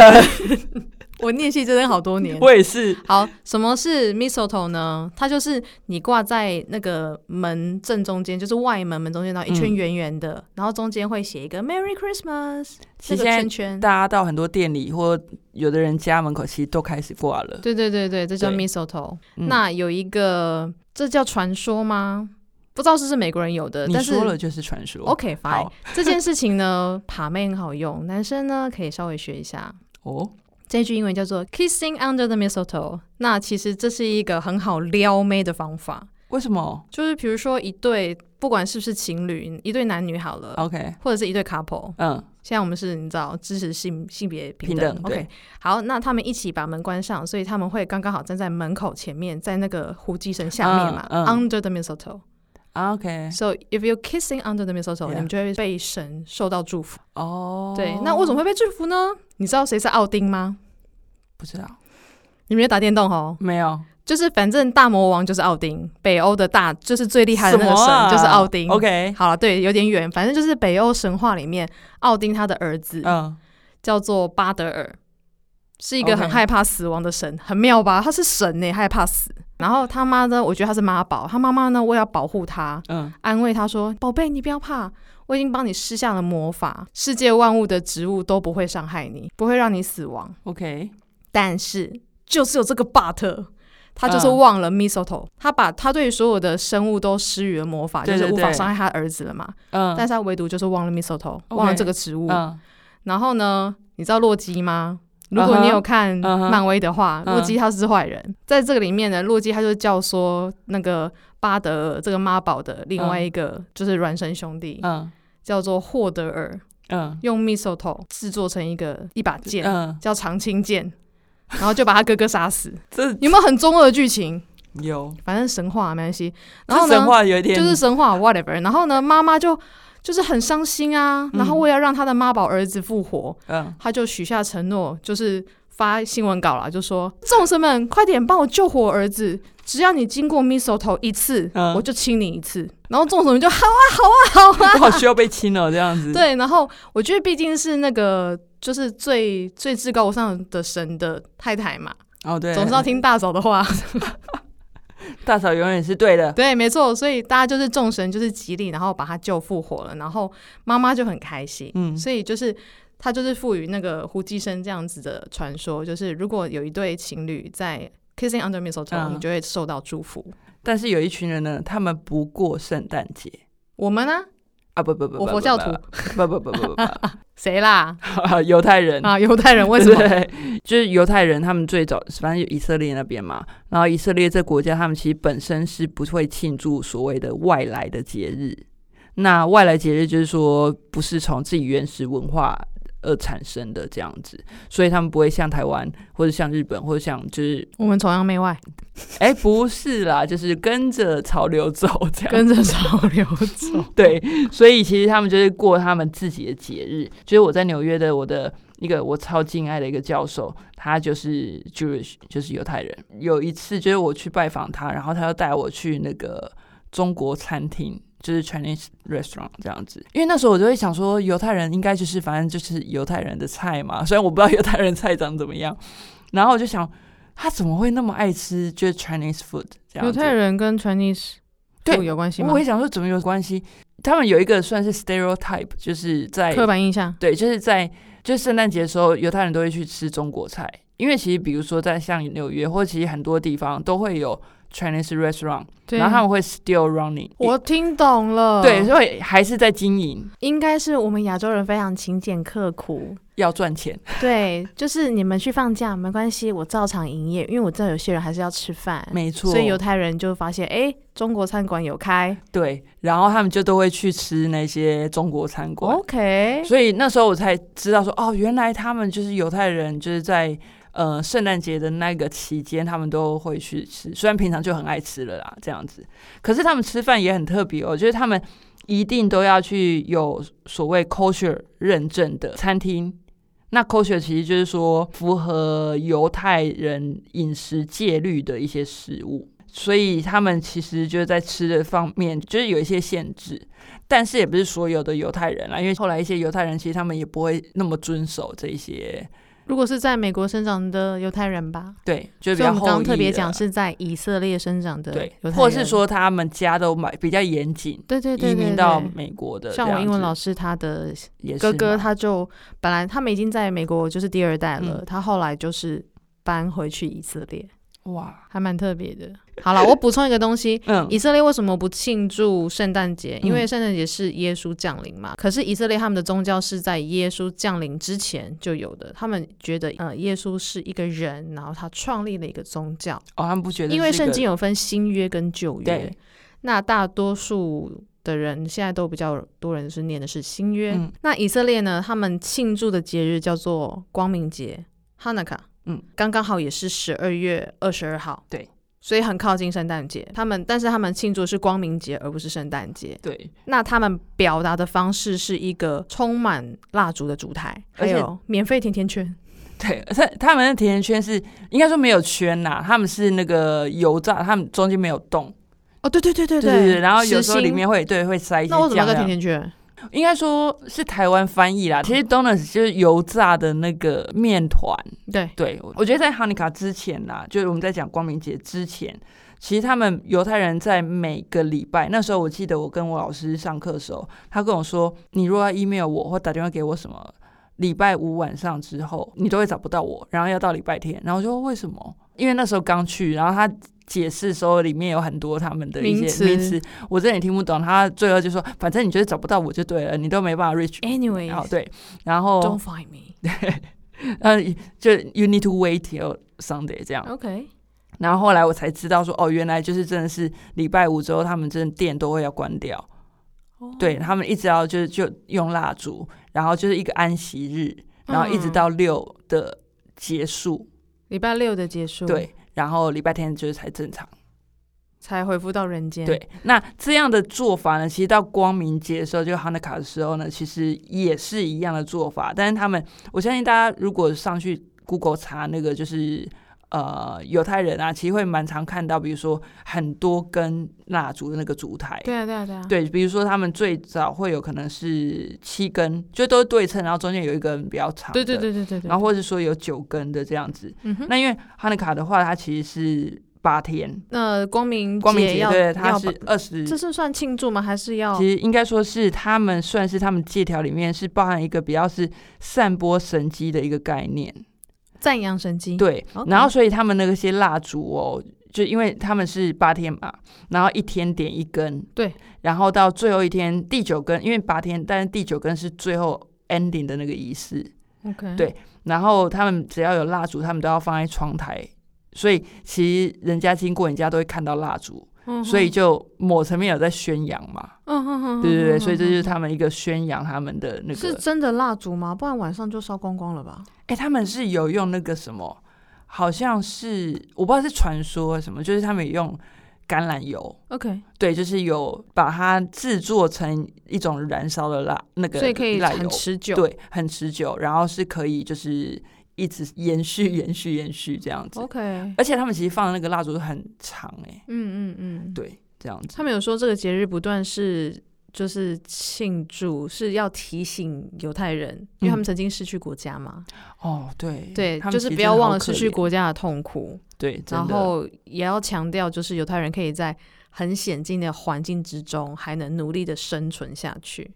Speaker 1: 我念戏真的好多年。
Speaker 2: 我 也是，
Speaker 1: 好，什么是 mistletoe 呢？它就是你挂在那个门正中间，就是外门门中间，然后一圈
Speaker 2: 嗯
Speaker 1: 圆圆的，然后中间会写一个 Merry Christmas
Speaker 2: 其
Speaker 1: 那
Speaker 2: 实
Speaker 1: 个
Speaker 2: 现
Speaker 1: 圈
Speaker 2: 在
Speaker 1: 圈。
Speaker 2: 大家到很多店里或有的人家门口，其实都开始挂了。
Speaker 1: 对对对对，这叫
Speaker 2: 对
Speaker 1: mistletoe。
Speaker 2: 嗯
Speaker 1: 那有一个，这叫传说吗？不知道是不是美国人有的，
Speaker 2: 你
Speaker 1: 呃但是
Speaker 2: 说了就是传说
Speaker 1: OK fine
Speaker 2: 好。
Speaker 1: 这件事情呢，把妹很好用，男生呢可以稍微学一下。
Speaker 2: 哦，
Speaker 1: 这句英文叫做 “kissing under the mistletoe”。那其实这是一个很好撩妹的方法，
Speaker 2: 为什么
Speaker 1: 就是比如说一对，不管是不是情侣，一对男女好了，
Speaker 2: ？OK，
Speaker 1: 或者是一对 couple。
Speaker 2: 嗯，
Speaker 1: 现在我们是你知道支持性性别平
Speaker 2: 平
Speaker 1: 等
Speaker 2: 等
Speaker 1: o
Speaker 2: 对
Speaker 1: k 好，那他们一起把门关上，所以他们会刚刚好站在门口前面，在那个胡姬绳下面嘛、
Speaker 2: 嗯
Speaker 1: u n d e r the mistletoe。
Speaker 2: 啊 OK，
Speaker 1: So if you're kissing under the mistletoe，、
Speaker 2: Yeah.
Speaker 1: 你们就会被神受到祝福。
Speaker 2: 哦，
Speaker 1: 对，那为什么会被祝福呢？你知道谁是奥丁吗？
Speaker 2: 不知道？
Speaker 1: 你们有打电动哦，
Speaker 2: 没有，
Speaker 1: 就是反正大魔王就是奥丁，北欧的大就是最厉害的那个
Speaker 2: 什
Speaker 1: 神、
Speaker 2: 么啊
Speaker 1: 就是奥丁。
Speaker 2: OK，
Speaker 1: 好了，对，有点远，反正就是北欧神话里面，奥丁他的儿子、
Speaker 2: 嗯，
Speaker 1: 叫做巴德尔，是一个
Speaker 2: OK
Speaker 1: 很害怕死亡的神很妙吧？他是神呢、害怕死。然后他妈呢，我觉得他是妈宝，他妈妈呢，为了保护他，
Speaker 2: 嗯，
Speaker 1: 安慰他说：“宝贝，你不要怕，我已经帮你施下了魔法，世界万物的植物都不会伤害你，不会让你死亡。
Speaker 2: OK，
Speaker 1: 但是就是有这个 but，他就是
Speaker 2: 嗯
Speaker 1: 忘了 mistletoe，、他把他对所有的生物都施予了魔法，
Speaker 2: 对
Speaker 1: 就是
Speaker 2: 对
Speaker 1: 无法
Speaker 2: 对
Speaker 1: 伤害他儿子了嘛。
Speaker 2: 嗯，
Speaker 1: 但是他唯独就是忘了 mistletoe，
Speaker 2: OK，
Speaker 1: 忘了这个植物。
Speaker 2: 嗯
Speaker 1: 然后呢，你知道洛基吗？”如果你有看
Speaker 2: 嗯哼
Speaker 1: 漫威的话
Speaker 2: 嗯哼
Speaker 1: 洛基他是坏人。在这个里面呢，洛基他就教唆那个巴德尔这个妈宝的另外一个就是孪生兄弟，
Speaker 2: 嗯
Speaker 1: 叫做霍德尔，
Speaker 2: 嗯
Speaker 1: 用 mistletoe 制作成一个一把剑，
Speaker 2: 嗯，
Speaker 1: 叫长青剑，然后就把他哥哥杀死。
Speaker 2: 这
Speaker 1: 有没有很中二的剧情？
Speaker 2: 有，
Speaker 1: 反正神话啊没关系。然后
Speaker 2: 这
Speaker 1: 呢，
Speaker 2: 神话有一点
Speaker 1: 就是神话 whatever。然后呢，妈妈就就是很伤心啊，然后为了让她的妈宝儿子复活，
Speaker 2: 嗯
Speaker 1: 她就许下承诺，就是。发新闻稿啦，就说众神们快点帮我救活我儿子，只要你经过 mistletoe 一次，
Speaker 2: 嗯
Speaker 1: 我就亲你一次。然后众神们就好啊，好啊，好啊，
Speaker 2: 我好需要被亲哦，这样子，，
Speaker 1: 对，然后我觉得毕竟是那个就是最最至高无上的神的太太嘛，
Speaker 2: 哦对，
Speaker 1: 总是要听大嫂的话。
Speaker 2: 大嫂永远是对的，
Speaker 1: 对，没错，所以大家就是众神就是吉利，然后把他救复活了，然后妈妈就很开心。
Speaker 2: 嗯
Speaker 1: 所以就是他就是赋予那个胡姬生这样子的传说，就是如果有一对情侣在 kissing under mistletoe，、
Speaker 2: 嗯
Speaker 1: 你就会受到祝福。
Speaker 2: 但是有一群人呢，他们不过圣诞节
Speaker 1: 我们呢？
Speaker 2: 啊，不不不，
Speaker 1: 我佛教徒，
Speaker 2: 不不不不不，
Speaker 1: 谁啦？
Speaker 2: 犹太人
Speaker 1: 啊，犹太人为什么？
Speaker 2: 对，就是犹太人他们最早，反正有以色列那边嘛，然后以色列这国家，他们其实本身是不会庆祝所谓的外来的节日。那外来节日就是说，不是从自己原始文化而产生的这样子，所以他们不会像台湾或者像日本或者像就是，
Speaker 1: 我们崇洋媚外，
Speaker 2: 哎、不是啦，就是跟着潮流走这样
Speaker 1: 跟 着潮流走。
Speaker 2: 对，所以其实他们就是过他们自己的节日。就是我在纽约的我的一个我超敬爱的一个教授，他就是 Jewish，就是犹太人。有一次就是我去拜访他，然后他就带我去那个中国餐厅。就是 Chinese restaurant 这样子，因为那时候我就会想说，犹太人应该就是反正就是犹太人的菜嘛，虽然我不知道犹太人菜长怎么样，然后我就想他怎么会那么爱吃就是 Chinese food 这 样子。
Speaker 1: 犹太人跟 Chinese
Speaker 2: 对
Speaker 1: 有关系吗
Speaker 2: 我？也想说怎么有关系？他们有一个算是 stereotype，就是在
Speaker 1: 刻板印象，
Speaker 2: 对，就是在就是圣诞节的时候，犹太人都会去吃中国菜，因为其实比如说在像纽约或其实很多地方都会有 Chinese restaurant，
Speaker 1: 对
Speaker 2: 然后他们会 still running，
Speaker 1: 我听懂了，
Speaker 2: 对，，所以还是在经营，
Speaker 1: 应该是我们亚洲人非常
Speaker 3: 勤俭刻苦，
Speaker 2: 要赚钱。
Speaker 3: 对，就是你们去放假没关系，我照常营业，因为我知道有些人还是要吃饭，
Speaker 2: 没错，
Speaker 3: 所以犹太人就发现，哎、中国餐馆有开
Speaker 2: 对，然后他们就都会去吃那些中国餐馆。
Speaker 3: ，OK，
Speaker 2: 所以那时候我才知道说，哦，原来他们就是犹太人，就是在呃圣诞节的那个期间，他们都会去吃，虽然平常就很爱吃了啦，这样子。可是他们吃饭也很特别哦，就是他们一定都要去有所谓 kosher 认证的餐厅。那 kosher 其实就是说符合犹太人饮食戒律的一些食物，所以他们其实就是在吃的方面就是有一些限制。但是也不是所有的犹太人啦，因为后来一些犹太人其实他们也不会那么遵守这一些，
Speaker 1: 如果是在美国生长的犹太人吧，
Speaker 2: 对，就比
Speaker 1: 所以
Speaker 2: 较
Speaker 1: 我们
Speaker 2: 后
Speaker 1: 刚刚
Speaker 2: 裔
Speaker 1: 特别
Speaker 2: 的
Speaker 1: 讲是在以色列生长的
Speaker 2: 对
Speaker 1: 犹太，人，
Speaker 2: 或者是说他们家都买比较严谨，
Speaker 1: 对对对
Speaker 2: 移
Speaker 1: 对
Speaker 2: 民
Speaker 1: 对
Speaker 2: 到美国的这样
Speaker 1: 像
Speaker 2: 子，
Speaker 1: 我英文老师他的
Speaker 2: 也是
Speaker 1: 哥哥，
Speaker 2: 嘛
Speaker 1: 他就本来他们已经在美国就是第二代了，
Speaker 2: 嗯
Speaker 1: 他后来就是搬回去以色列，
Speaker 2: 哇，
Speaker 1: 还蛮特别的。好了，我补充一个东西，
Speaker 2: 嗯
Speaker 1: 以色列为什么不庆祝圣诞节？
Speaker 2: 嗯
Speaker 1: 因为圣诞节是耶稣降临嘛。可是以色列他们的宗教是在耶稣降临之前就有的，他们觉得呃耶稣是一个人，然后他创立了一个宗教。
Speaker 2: 哦，他们不觉得
Speaker 1: 因为
Speaker 2: 是一
Speaker 1: 圣
Speaker 2: 个
Speaker 1: 经有分新约跟旧约
Speaker 2: 对，
Speaker 1: 那大多数的人现在都比较多人是念的是新约。
Speaker 2: 嗯
Speaker 1: 那以色列呢，他们庆祝的节日叫做光明节 （Hanukkah），
Speaker 2: 嗯，
Speaker 1: 刚刚好也是十二月二十二号。
Speaker 2: 对，
Speaker 1: 所以很靠近圣诞节。他们但是他们庆祝是光明节，而不是圣诞节。
Speaker 2: 对，
Speaker 1: 那他们表达的方式是一个充满蜡烛的烛台，还
Speaker 2: 而且
Speaker 1: 有免费甜甜圈。
Speaker 2: 对，他他们的甜甜圈是应该说没有圈呐、他们是那个油炸，他们中间没有洞，
Speaker 1: 哦，对对对对
Speaker 2: 对对，然后有
Speaker 1: 实
Speaker 2: 时候
Speaker 1: 心
Speaker 2: 里面会对会塞一些
Speaker 1: 那我怎么
Speaker 2: 酱啊
Speaker 1: 叫甜
Speaker 2: 料，
Speaker 1: 甜圈？
Speaker 2: 应该说是台湾翻译啦。其实 donuts 就是油炸的那个面团，
Speaker 1: 对，
Speaker 2: 对我觉得在哈尼卡之前啦，就是我们在讲光明节之前，其实他们犹太人在每个礼拜，那时候我记得我跟我老师上课的时候，他跟我说，你如果要 email 我或打电话给我什么，礼拜五晚上之后你都会找不到我，然后要到礼拜天，然后我说为什么？因为那时候刚去，然后他。解释说里面有很多他们的一
Speaker 1: 名
Speaker 2: 些
Speaker 1: 词
Speaker 2: 名词，我真的也听不懂。他最后就说，反正你就是找不到我就对了，你都没办法 reach。
Speaker 1: Anyway，
Speaker 2: 然后哦对，然后
Speaker 1: Don't find me.
Speaker 2: 呃，就 you need to wait till Sunday 这样。
Speaker 1: OK，
Speaker 2: 然后后来我才知道说，哦，原来就是真的是礼拜五之后，他们真的店都会要关掉，
Speaker 1: 哦
Speaker 2: 对他们一直要就是就用蜡烛，然后就是一个安息日，
Speaker 1: 嗯
Speaker 2: 然后一直到六的结束，
Speaker 1: 礼拜六的结束，，
Speaker 2: 对，然后礼拜天就是才正常。
Speaker 1: 才恢复到人间。
Speaker 2: 对，那这样的做法呢，其实到光明节的时候，就 Hanukkah 的时候呢，其实也是一样的做法。但是他们，我相信大家如果上去 Google 查那个，就是呃犹太人啊，其实会蛮常看到，比如说很多根蜡烛的那个烛台。
Speaker 1: 对啊，对啊，对啊，
Speaker 2: 对，比如说他们最早会有可能是七根，就都是对称，然后中间有一根比较长的，
Speaker 1: 对对对对对对。
Speaker 2: 然后或者说有九根的这样子。
Speaker 1: 嗯哼，
Speaker 2: 那因为哈尼卡的话，它其实是八天，
Speaker 1: 那光明
Speaker 2: 光明节
Speaker 1: 要
Speaker 2: 对，它
Speaker 1: 要
Speaker 2: 是
Speaker 1: 把
Speaker 2: 二十
Speaker 1: 这是算庆祝吗？还是要
Speaker 2: 其实应该说是他们算是他们借条里面是包含一个比较是散播神机的一个概念，
Speaker 1: 赞扬神迹？，
Speaker 2: 对。
Speaker 1: 嗯 OK
Speaker 2: 然后所以他们那些蜡烛哦，就因为他们是八天嘛，然后一天点一根，
Speaker 1: 对。
Speaker 2: 然后到最后一天第九根，因为八天，但是第九根是最后 ending 的那个仪式，
Speaker 1: OK，
Speaker 2: 对然后他们只要有蜡烛，他们都要放在窗台。所以其实人家经过你家都会看到蜡烛，
Speaker 1: 嗯哼
Speaker 2: 所以就某层面有在宣扬嘛。
Speaker 1: 嗯哼哼，
Speaker 2: 对对对，
Speaker 1: 哼
Speaker 2: 所以这就是。
Speaker 1: 哼哼
Speaker 2: 他们一个宣扬他们的那
Speaker 1: 嗯是
Speaker 2: 个，
Speaker 1: 真的蜡烛吗？不然晚上就烧光光了吧？
Speaker 2: 哎，他们是有用那个什么，好像是我不知道是传说什么，就是他们有用橄榄油，
Speaker 1: OK，
Speaker 2: 对，就是有把它制作成一种燃烧的蜡，那个
Speaker 1: 所以可以
Speaker 2: 蜡油
Speaker 1: 很，持久。，
Speaker 2: 对，很持久，然后是可以就是一直延续、 延续、延续这样子，
Speaker 1: OK，
Speaker 2: 而且他们其实放的那个蜡烛很长哎、
Speaker 1: 嗯嗯嗯，
Speaker 2: 对，这样子，
Speaker 1: 他们有说这个节日不断是就是庆祝，是要提醒犹太人，因为他们曾经失去国家嘛，
Speaker 2: 哦，嗯对
Speaker 1: 对，
Speaker 2: 他们
Speaker 1: 就是
Speaker 2: 其实
Speaker 1: 不要
Speaker 2: 真的
Speaker 1: 忘
Speaker 2: 好
Speaker 1: 了失
Speaker 2: 可
Speaker 1: 去
Speaker 2: 怜，
Speaker 1: 国家的痛苦，
Speaker 2: 对，真
Speaker 1: 然
Speaker 2: 的
Speaker 1: 后也要强调，就是犹太人可以在很险境的环境之中，还能努力的生存下去。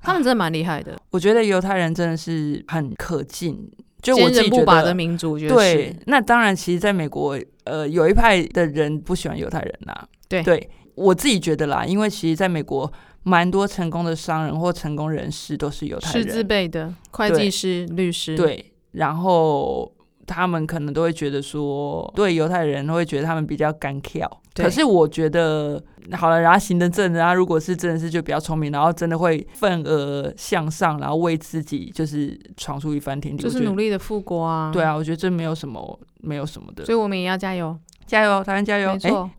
Speaker 1: 他们真的蛮厉害的，
Speaker 2: 我觉得犹太人真的是很可敬，就我
Speaker 1: 坚
Speaker 2: 自己
Speaker 1: 韧
Speaker 2: 觉
Speaker 1: 不拔的
Speaker 2: 得。
Speaker 1: 民族，我觉得
Speaker 2: 对
Speaker 1: 是，
Speaker 2: 那当然，其实在美国，呃，有一派的人不喜欢犹太人啦、
Speaker 1: 对
Speaker 2: 我自己觉得啦，因为其实在美国，蛮多成功的商人或成功人士都是犹太
Speaker 1: 师资
Speaker 2: 人，
Speaker 1: 辈的会计师、律师，，
Speaker 2: 对，然后。他们可能都会觉得说，对犹太人会觉得他们比较干跳。
Speaker 1: 对
Speaker 2: 可是我觉得，好了，然后行得正，然后如果是真的是就比较聪明，然后真的会奋而向上，然后为自己就是闯出一番天地。
Speaker 1: 就
Speaker 2: 我
Speaker 1: 是
Speaker 2: 觉得
Speaker 1: 努力的复国啊。
Speaker 2: 对，啊，我觉得这没有什么，没有什么的
Speaker 1: 所。以我们也要加油，
Speaker 2: 加油，台湾加油！
Speaker 1: 没
Speaker 2: 哎，
Speaker 1: 错，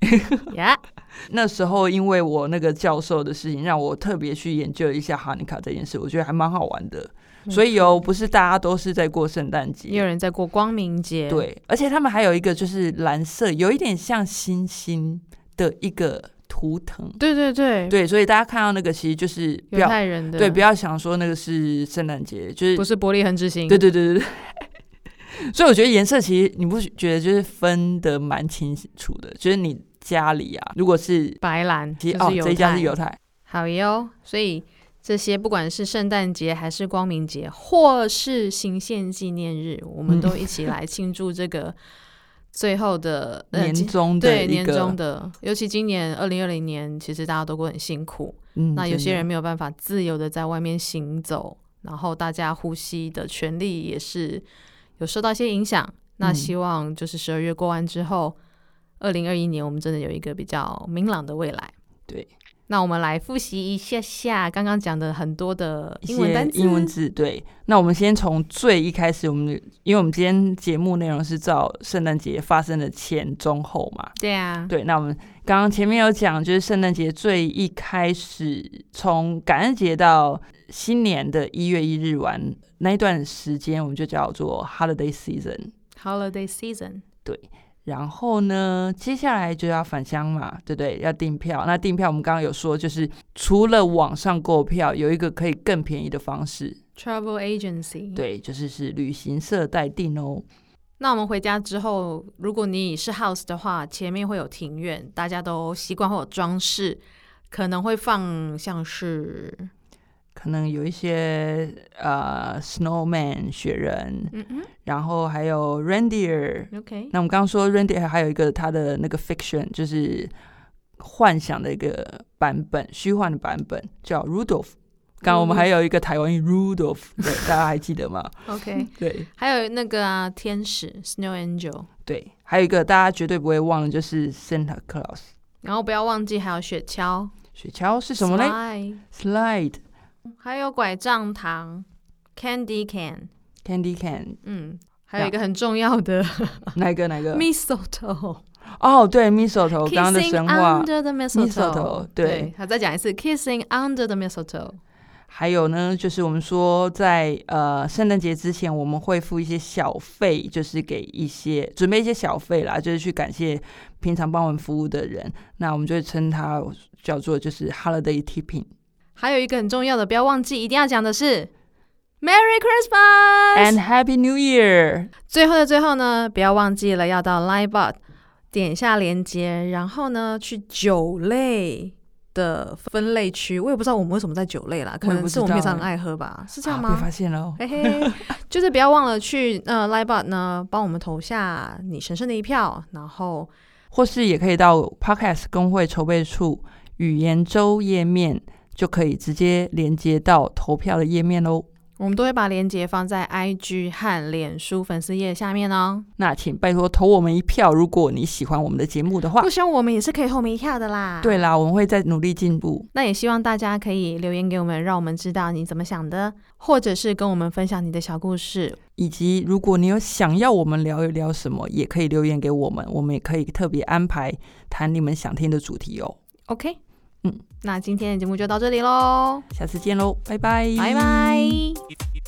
Speaker 1: 呀，
Speaker 2: 那时候因为我那个教授的事情，让我特别去研究一下哈尼卡这件事，我觉得还蛮好玩的。所以哦，不是大家都是在过圣诞
Speaker 1: 也有
Speaker 2: 节，
Speaker 1: 人在过光明节，，
Speaker 2: 对，而且他们还有一个就是蓝色，有一点像星星的一个图腾。
Speaker 1: 对对对，
Speaker 2: 对，所以大家看到那个，其实就是不
Speaker 1: 犹
Speaker 2: 要
Speaker 1: 太人的，
Speaker 2: 对，不要想说那个是圣诞节，就是
Speaker 1: 不是伯利恒之星，
Speaker 2: 对对对对对。 所以我觉得颜色其实你不觉得就是分的蛮清楚的，就是你家里啊，如果是
Speaker 1: 白兰
Speaker 2: 其实
Speaker 1: 就
Speaker 2: 哦
Speaker 1: 是犹
Speaker 2: 这一家是
Speaker 1: 太
Speaker 2: 犹太，
Speaker 1: 好哟，所以这些不管是圣诞节还是光明节，或是行宪纪念日，我们
Speaker 2: 嗯
Speaker 1: 都一起来庆祝这个最后 的、呃、
Speaker 2: 年
Speaker 1: 今
Speaker 2: 终的
Speaker 1: 对
Speaker 2: 一
Speaker 1: 年
Speaker 2: 个，
Speaker 1: 终的，尤其今年二零二零年，其实大家都过得很辛苦，
Speaker 2: 嗯
Speaker 1: 那有些
Speaker 2: 真的
Speaker 1: 人没有办法自由的在外面行走，然后大家呼吸的权利也是有受到一些影响。那
Speaker 2: 嗯
Speaker 1: 希望就是十二月过完之后，二零二一年我们真的有一个比较明朗的未来。
Speaker 2: 对，
Speaker 1: 那我们来复习一下下刚刚讲的很多的英文单词。
Speaker 2: 英文字对。那我们先从最一开始，我们因为我们今天节目内容是照圣诞节发生的前、中、后嘛。
Speaker 1: 对啊，
Speaker 2: 对，那我们刚刚前面有讲，就是圣诞节最一开始，从感恩节到新年的一月一日晚那一段时间，我们就叫做 holiday season。
Speaker 1: ，Holiday season。
Speaker 2: 然后呢，接下来就要返乡嘛，对不对？要订票。那订票我们刚刚有说，就是除了网上购票，有一个可以更便宜的方式，
Speaker 1: Travel agency。，
Speaker 2: 对，就是是旅行社代订哦。
Speaker 1: 那我们回家之后，如果你是 house 的话，前面会有庭院，大家都习惯会有装饰，可能会放像是
Speaker 2: 可能有一些呃，snowman 雪人，
Speaker 1: 嗯嗯
Speaker 2: 然后还有 reindeer。
Speaker 1: ，OK，
Speaker 2: 那我们刚刚说 reindeer 还有一个它的那个 fiction，就是幻想的一个版本，虚幻的版本叫 Rudolph。刚刚我们还有一个台湾音 Rudolph，对，大家还记得吗？
Speaker 1: OK，
Speaker 2: 对
Speaker 1: 还有那个啊，天使 Snow Angel，
Speaker 2: 对，还有一个大家绝对不会忘的就是 Santa Claus。
Speaker 1: 然后不要忘记还有雪橇，
Speaker 2: 雪橇是什么嘞
Speaker 1: slide，
Speaker 2: ？Slide、
Speaker 1: 还有拐杖糖 Candy Can，
Speaker 2: Candy Can，
Speaker 1: 嗯，还有一个很重要 的
Speaker 2: 哪一个哪一个？
Speaker 1: mistletoe，
Speaker 2: 哦，对，mistletoe，刚刚的
Speaker 1: kissing
Speaker 2: 神话，
Speaker 1: under the mistletoe，
Speaker 2: mistletoe，对，
Speaker 1: 好，再讲一次 kissing under the mistletoe，
Speaker 2: 还有呢，就是我们说在呃圣诞节之前，我们会付一些小费，就是给一些准备一些小费啦，就是去感谢平常帮我们服务的人。那我们就会称它叫做就是 holiday tipping。
Speaker 1: 还有一个很重要的，不要忘记一定要讲的是 Merry Christmas。
Speaker 2: And Happy New Year！
Speaker 1: 最后的最后呢，不要忘记了要到 Linebot 点下连接，然后呢去酒类的分类区。我也不知道我们为什么在酒类啦，可
Speaker 2: 我也
Speaker 1: 能
Speaker 2: 不知
Speaker 1: 是
Speaker 2: 道
Speaker 1: 我们平常很爱喝吧，是这样
Speaker 2: 啊被
Speaker 1: 吗
Speaker 2: 发？现了哦。
Speaker 1: 嘿嘿， 就是不要忘了去呃 Linebot 呢帮我们投下你神圣的一票，然后
Speaker 2: 或是也可以到 Podcast 工会筹备处语言周页面，就可以直接连接到投票的页面哦喽。
Speaker 1: 我们都会把链接放在 IG 和脸书粉丝页下面哦。
Speaker 2: 那请拜托投我们一票，如果你喜欢我们的节目的话
Speaker 1: 不。希望我们也是可以后面一跳的啦。
Speaker 2: 对啦，我们会再努力进步。
Speaker 1: 那也希望大家可以留言给我们，让我们知道你怎么想的，或者是跟我们分享你的小故事。
Speaker 2: 以及，如果你有想要我们聊一聊什么，也可以留言给我们，我们也可以特别安排谈你们想听的主题哦。
Speaker 1: OK，
Speaker 2: 嗯，
Speaker 1: 那今天的节目就到这里喽，
Speaker 2: 下次见喽，拜拜，
Speaker 1: 拜拜。
Speaker 5: It, it,